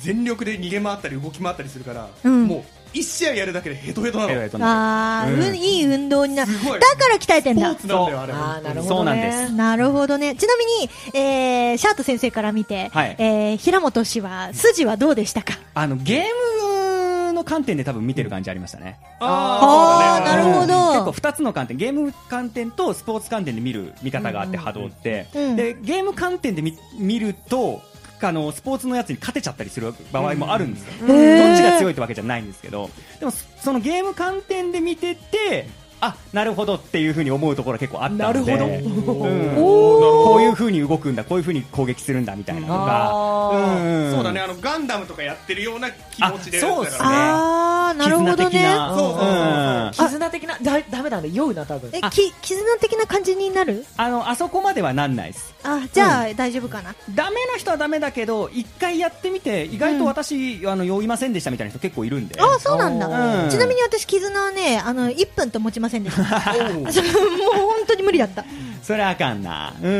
Speaker 4: 全力で逃げ回ったり動き回ったりするから、
Speaker 1: うん
Speaker 4: もう、一試合やるだけでヘトヘトなの。
Speaker 3: えらいことになっ
Speaker 1: あー、
Speaker 3: うん
Speaker 1: うんいい運動になる
Speaker 4: すごい
Speaker 1: だから鍛えてん
Speaker 4: スポ
Speaker 1: だ
Speaker 4: ーツなんだよ、あれ。
Speaker 2: あーなるほどね
Speaker 3: そうなんです
Speaker 1: なるほどね。ちなみに、えー、シャート先生から見て、
Speaker 3: はい
Speaker 1: えー、平本氏は、筋はどうでしたか
Speaker 3: たあのゲームの観点で多分見てる感じありましたね
Speaker 1: あー、なる
Speaker 4: ど。
Speaker 1: ほど。
Speaker 3: 結構2つの観点ゲーム観点とスポーツ観点で見る見方があって波動って、
Speaker 1: うん
Speaker 3: でゲーム観点で見見るとあのスポーツのやつに勝てちゃったりする場合もあるんですよ、
Speaker 1: んへー
Speaker 3: どっちが強いってわけじゃないんですけどでもそそのゲーム観点で見ててあなるほどっていうふうに思うところは結構あったので
Speaker 2: なるほど
Speaker 3: うんこういうふうに動くんだこういうふうに攻撃するんだみたいなとか、
Speaker 2: あ
Speaker 3: ん
Speaker 4: そうだね、あの、ガンダムとかやってるような気持ちでやるやつだから。
Speaker 1: あー、なるほど
Speaker 3: 絆的
Speaker 1: ね。
Speaker 3: な
Speaker 4: そうそうそうそう
Speaker 3: うん
Speaker 2: ー絆的なだダメだね酔うな多分
Speaker 1: え、き、絆的な感じになる
Speaker 3: あのあそこまではなんないです
Speaker 1: あ、じゃあ、大丈夫かな。
Speaker 3: ダメな人はダメだけど一回やってみて意外と私、あの酔いませんでしたみたいな人結構いるんで
Speaker 1: あ、そうなん
Speaker 3: う
Speaker 1: だ。
Speaker 3: ん
Speaker 1: ちなみに私、絆はね、あの、1分と持ちませんでした。そうもう本当に無理だった。
Speaker 3: それあかんなう
Speaker 4: でも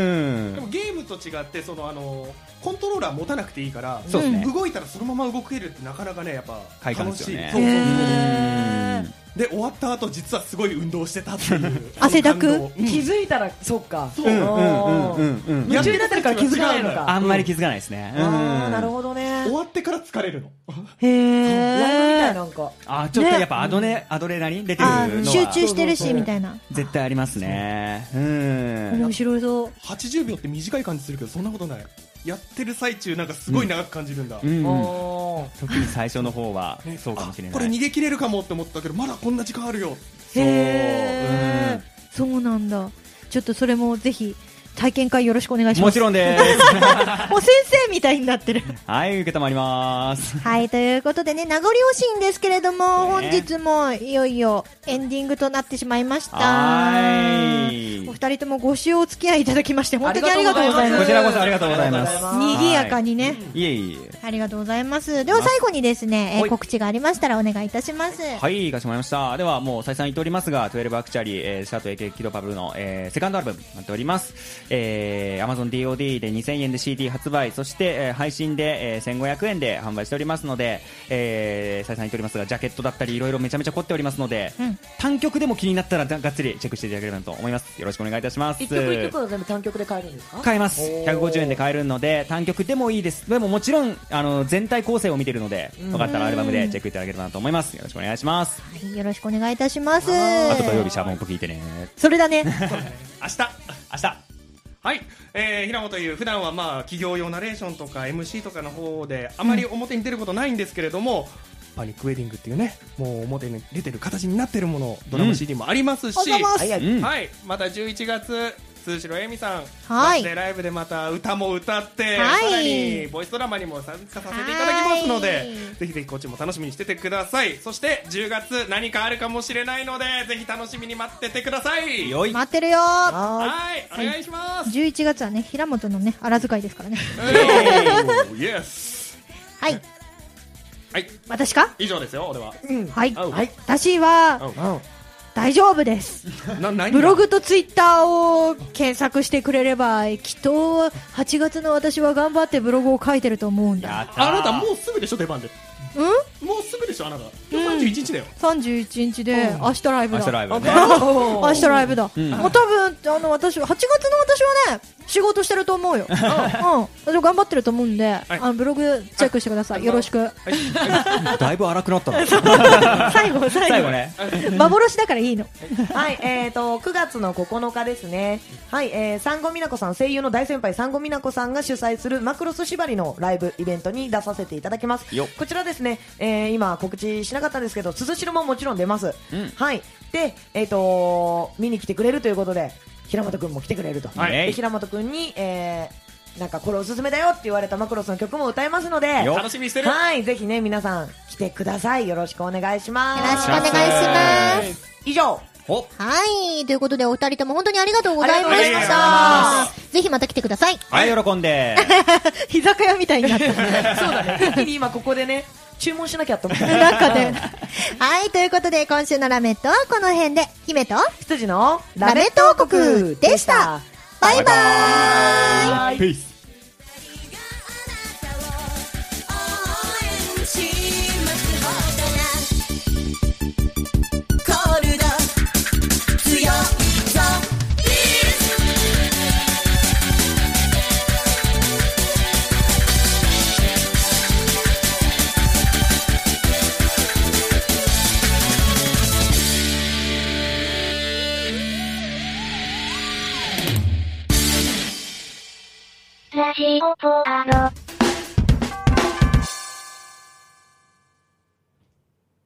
Speaker 3: ん
Speaker 4: ゲームと違ってそのあのコントローラー持たなくていいから、
Speaker 3: そうですね
Speaker 4: 動いたらそのまま動けるってなかなかねやっぱ
Speaker 3: 快感で
Speaker 4: 楽
Speaker 3: す
Speaker 4: しい。
Speaker 3: よね
Speaker 4: そうそう
Speaker 3: うん
Speaker 4: で終わった後実はすごい運動してたっていう
Speaker 1: 汗だく
Speaker 4: その感動うん
Speaker 2: 気づいたらそっか
Speaker 4: そううん
Speaker 3: うんうんうんうん
Speaker 2: 夢中になってるから気づかないのか
Speaker 3: あんまり気づかないですねうん
Speaker 2: あーなるほどね
Speaker 4: 終わってから疲れるの。
Speaker 1: へ
Speaker 2: 終わりみたい
Speaker 1: ー。
Speaker 2: なんか
Speaker 3: あちょっと
Speaker 1: ね
Speaker 3: やっぱアドレアドレナリン出てるの
Speaker 1: あ
Speaker 3: は
Speaker 1: 集中してる
Speaker 2: そうそうそ
Speaker 1: し、
Speaker 2: う
Speaker 1: みたいな。
Speaker 3: 絶対ありますねう
Speaker 1: 面
Speaker 3: ん
Speaker 1: 白そう。
Speaker 4: 80秒って短い感じするけどそんなことない。やってる最中なんかすごい長く感じるんだ。
Speaker 3: うんうん
Speaker 2: おー
Speaker 3: 特に最初の方は
Speaker 4: ね
Speaker 3: そうかもしれ
Speaker 4: あこ
Speaker 3: な
Speaker 4: れ
Speaker 3: い
Speaker 4: 逃げ切れるかもって思ったけどまだこんな時間あるよ。
Speaker 3: そう
Speaker 1: へーそうなんだちょっとそれもぜひ体験会よろしくお願い
Speaker 3: うん
Speaker 1: しま
Speaker 3: も
Speaker 1: す
Speaker 3: ちろんです
Speaker 1: もう先生みたいになってる
Speaker 3: はい受けたまります
Speaker 1: はいということでね名残惜しいんですけれども、本
Speaker 3: ね
Speaker 1: 日もいよいよエンディングとなってしまいました
Speaker 3: はーい
Speaker 1: お二人ともご視聴お付き合いいただきまして本当にありがとうございま
Speaker 3: こ
Speaker 1: す
Speaker 3: ちらこそありがとうございます
Speaker 2: ありがとうございます
Speaker 1: 賑やかにね
Speaker 3: いえいえ
Speaker 1: ありがとうございますでは最後にですね、え
Speaker 3: は
Speaker 1: ー
Speaker 3: い
Speaker 1: 告知がありましたらお願いいたしますはい、
Speaker 3: はい、かしこまりました。では、もう再三言っておりますが、12アクチャリー、えー、シャート AK キドパブルの、えー、セカンドアルバムになっております。えー、Amazon DOD で2000円で CD 発売、そして、えー配信で、えー、1500円で販売しておりますので、えー、再三言っておりますが、ジャケットだったり、いろいろめちゃめちゃ凝っておりますので、
Speaker 1: うん
Speaker 3: 単曲でも気になったら、ががっつりチェックしていただければと思います。よろしくお願いいたします。
Speaker 2: 一曲一曲は全部単曲で買えるんですか
Speaker 3: 買えます
Speaker 2: おー
Speaker 3: 150円で買えるので単曲でもいいですでももちろんあの全体構成を見てるのでよかったらアルバムでチェックいただければなと思いますよろしくお願いします
Speaker 1: よろしくお願いいたします
Speaker 3: あと土曜日シャーモンプ聞いてね
Speaker 1: それだね
Speaker 4: 明日明日はい、えー、平本優普段はまあ企業用ナレーションとか MC とかの方であまり表に出ることないんですけれども、パニックウェディングっていうねもう表に出てる形になってるものドラ
Speaker 3: う
Speaker 4: マ
Speaker 3: ん
Speaker 4: CD もありますし、
Speaker 1: ありがとうございます
Speaker 2: はいはい
Speaker 3: うん
Speaker 4: はいまた11月通城えみさん、
Speaker 1: はい
Speaker 4: バースデーライブでまた歌も歌って、
Speaker 1: はい
Speaker 4: さらにボイスドラマにも参加させていただきますの
Speaker 1: は
Speaker 4: で
Speaker 1: い
Speaker 4: ぜひぜひこっちも楽しみにしててくださいそして10月何かあるかもしれないのでぜひ楽しみに待っててください
Speaker 3: よい
Speaker 1: 待ってるよー
Speaker 2: あ
Speaker 4: はい、お願いします。
Speaker 1: 11月はね平本のね荒遣いですからね
Speaker 4: イエス。
Speaker 1: はい
Speaker 4: はい、
Speaker 1: 私か
Speaker 4: 以上ですよ、俺は。
Speaker 2: ーうん
Speaker 1: はい、
Speaker 4: あう
Speaker 1: はい、私は
Speaker 2: うん
Speaker 1: 大丈夫です
Speaker 4: な、何
Speaker 1: ブロ。グとツイッターを検索してくれればきっと8月の私は頑張ってブログを書いてると思うんだ
Speaker 3: やったー
Speaker 4: あなたもうすぐでしょ、出番で。
Speaker 1: うん
Speaker 4: もうすぐでしょ、あなた。今日31日だよ。
Speaker 1: 31日で明日ライブ
Speaker 3: 明
Speaker 1: だ
Speaker 3: 日ライブ ね
Speaker 1: 明日ライブだ、
Speaker 3: ん
Speaker 1: もう多分あの私は8月の私はね仕事してると思うよ、うん、私は頑張ってると思うんで、あのブログチェックしてくださいよろしく
Speaker 3: だいぶ荒くなった な
Speaker 1: 最後最後
Speaker 3: 最後ね
Speaker 1: 幻だからいいの
Speaker 2: はい、えーと、9月の9日ですね。はい、えー、産後美奈子さん、声優の大先輩産後美奈子さんが主催するマクロス縛りのライブイベントに出させていただきます
Speaker 3: よ。
Speaker 2: こちらですね、えー、今告知しなかったんですけど、鈴代ももちろん出ます。
Speaker 3: うん
Speaker 2: はい。で、えーと、見に来てくれるということで、平本くんも来てくれると。
Speaker 3: はい
Speaker 2: で平本くんに、えーなんかこれおすすめだよって言われたマクロスの曲も歌えますので
Speaker 3: よ
Speaker 4: 楽しみにしてる
Speaker 2: はいぜひね皆さん来てくださいよろしくお願いします
Speaker 1: よろしくお願いします。
Speaker 2: 以上
Speaker 3: お
Speaker 1: はい。ということで、お二人とも本当にありがとうございま
Speaker 2: ありがとう
Speaker 1: し
Speaker 2: ございま
Speaker 1: た。ぜひまた来てくだ さい。
Speaker 3: はい、喜ん で。
Speaker 1: 居酒屋みたいになった。
Speaker 2: そうだね。一気に今ここでね、注文しなきゃと思った。
Speaker 1: なんか ね。はい。ということで、今週のラメットはこの辺で、姫と
Speaker 2: 羊の
Speaker 1: ラメット王国でした。バイバーイ
Speaker 2: は
Speaker 3: ペース。
Speaker 6: コールド強いぞビー
Speaker 7: ラジオポアド。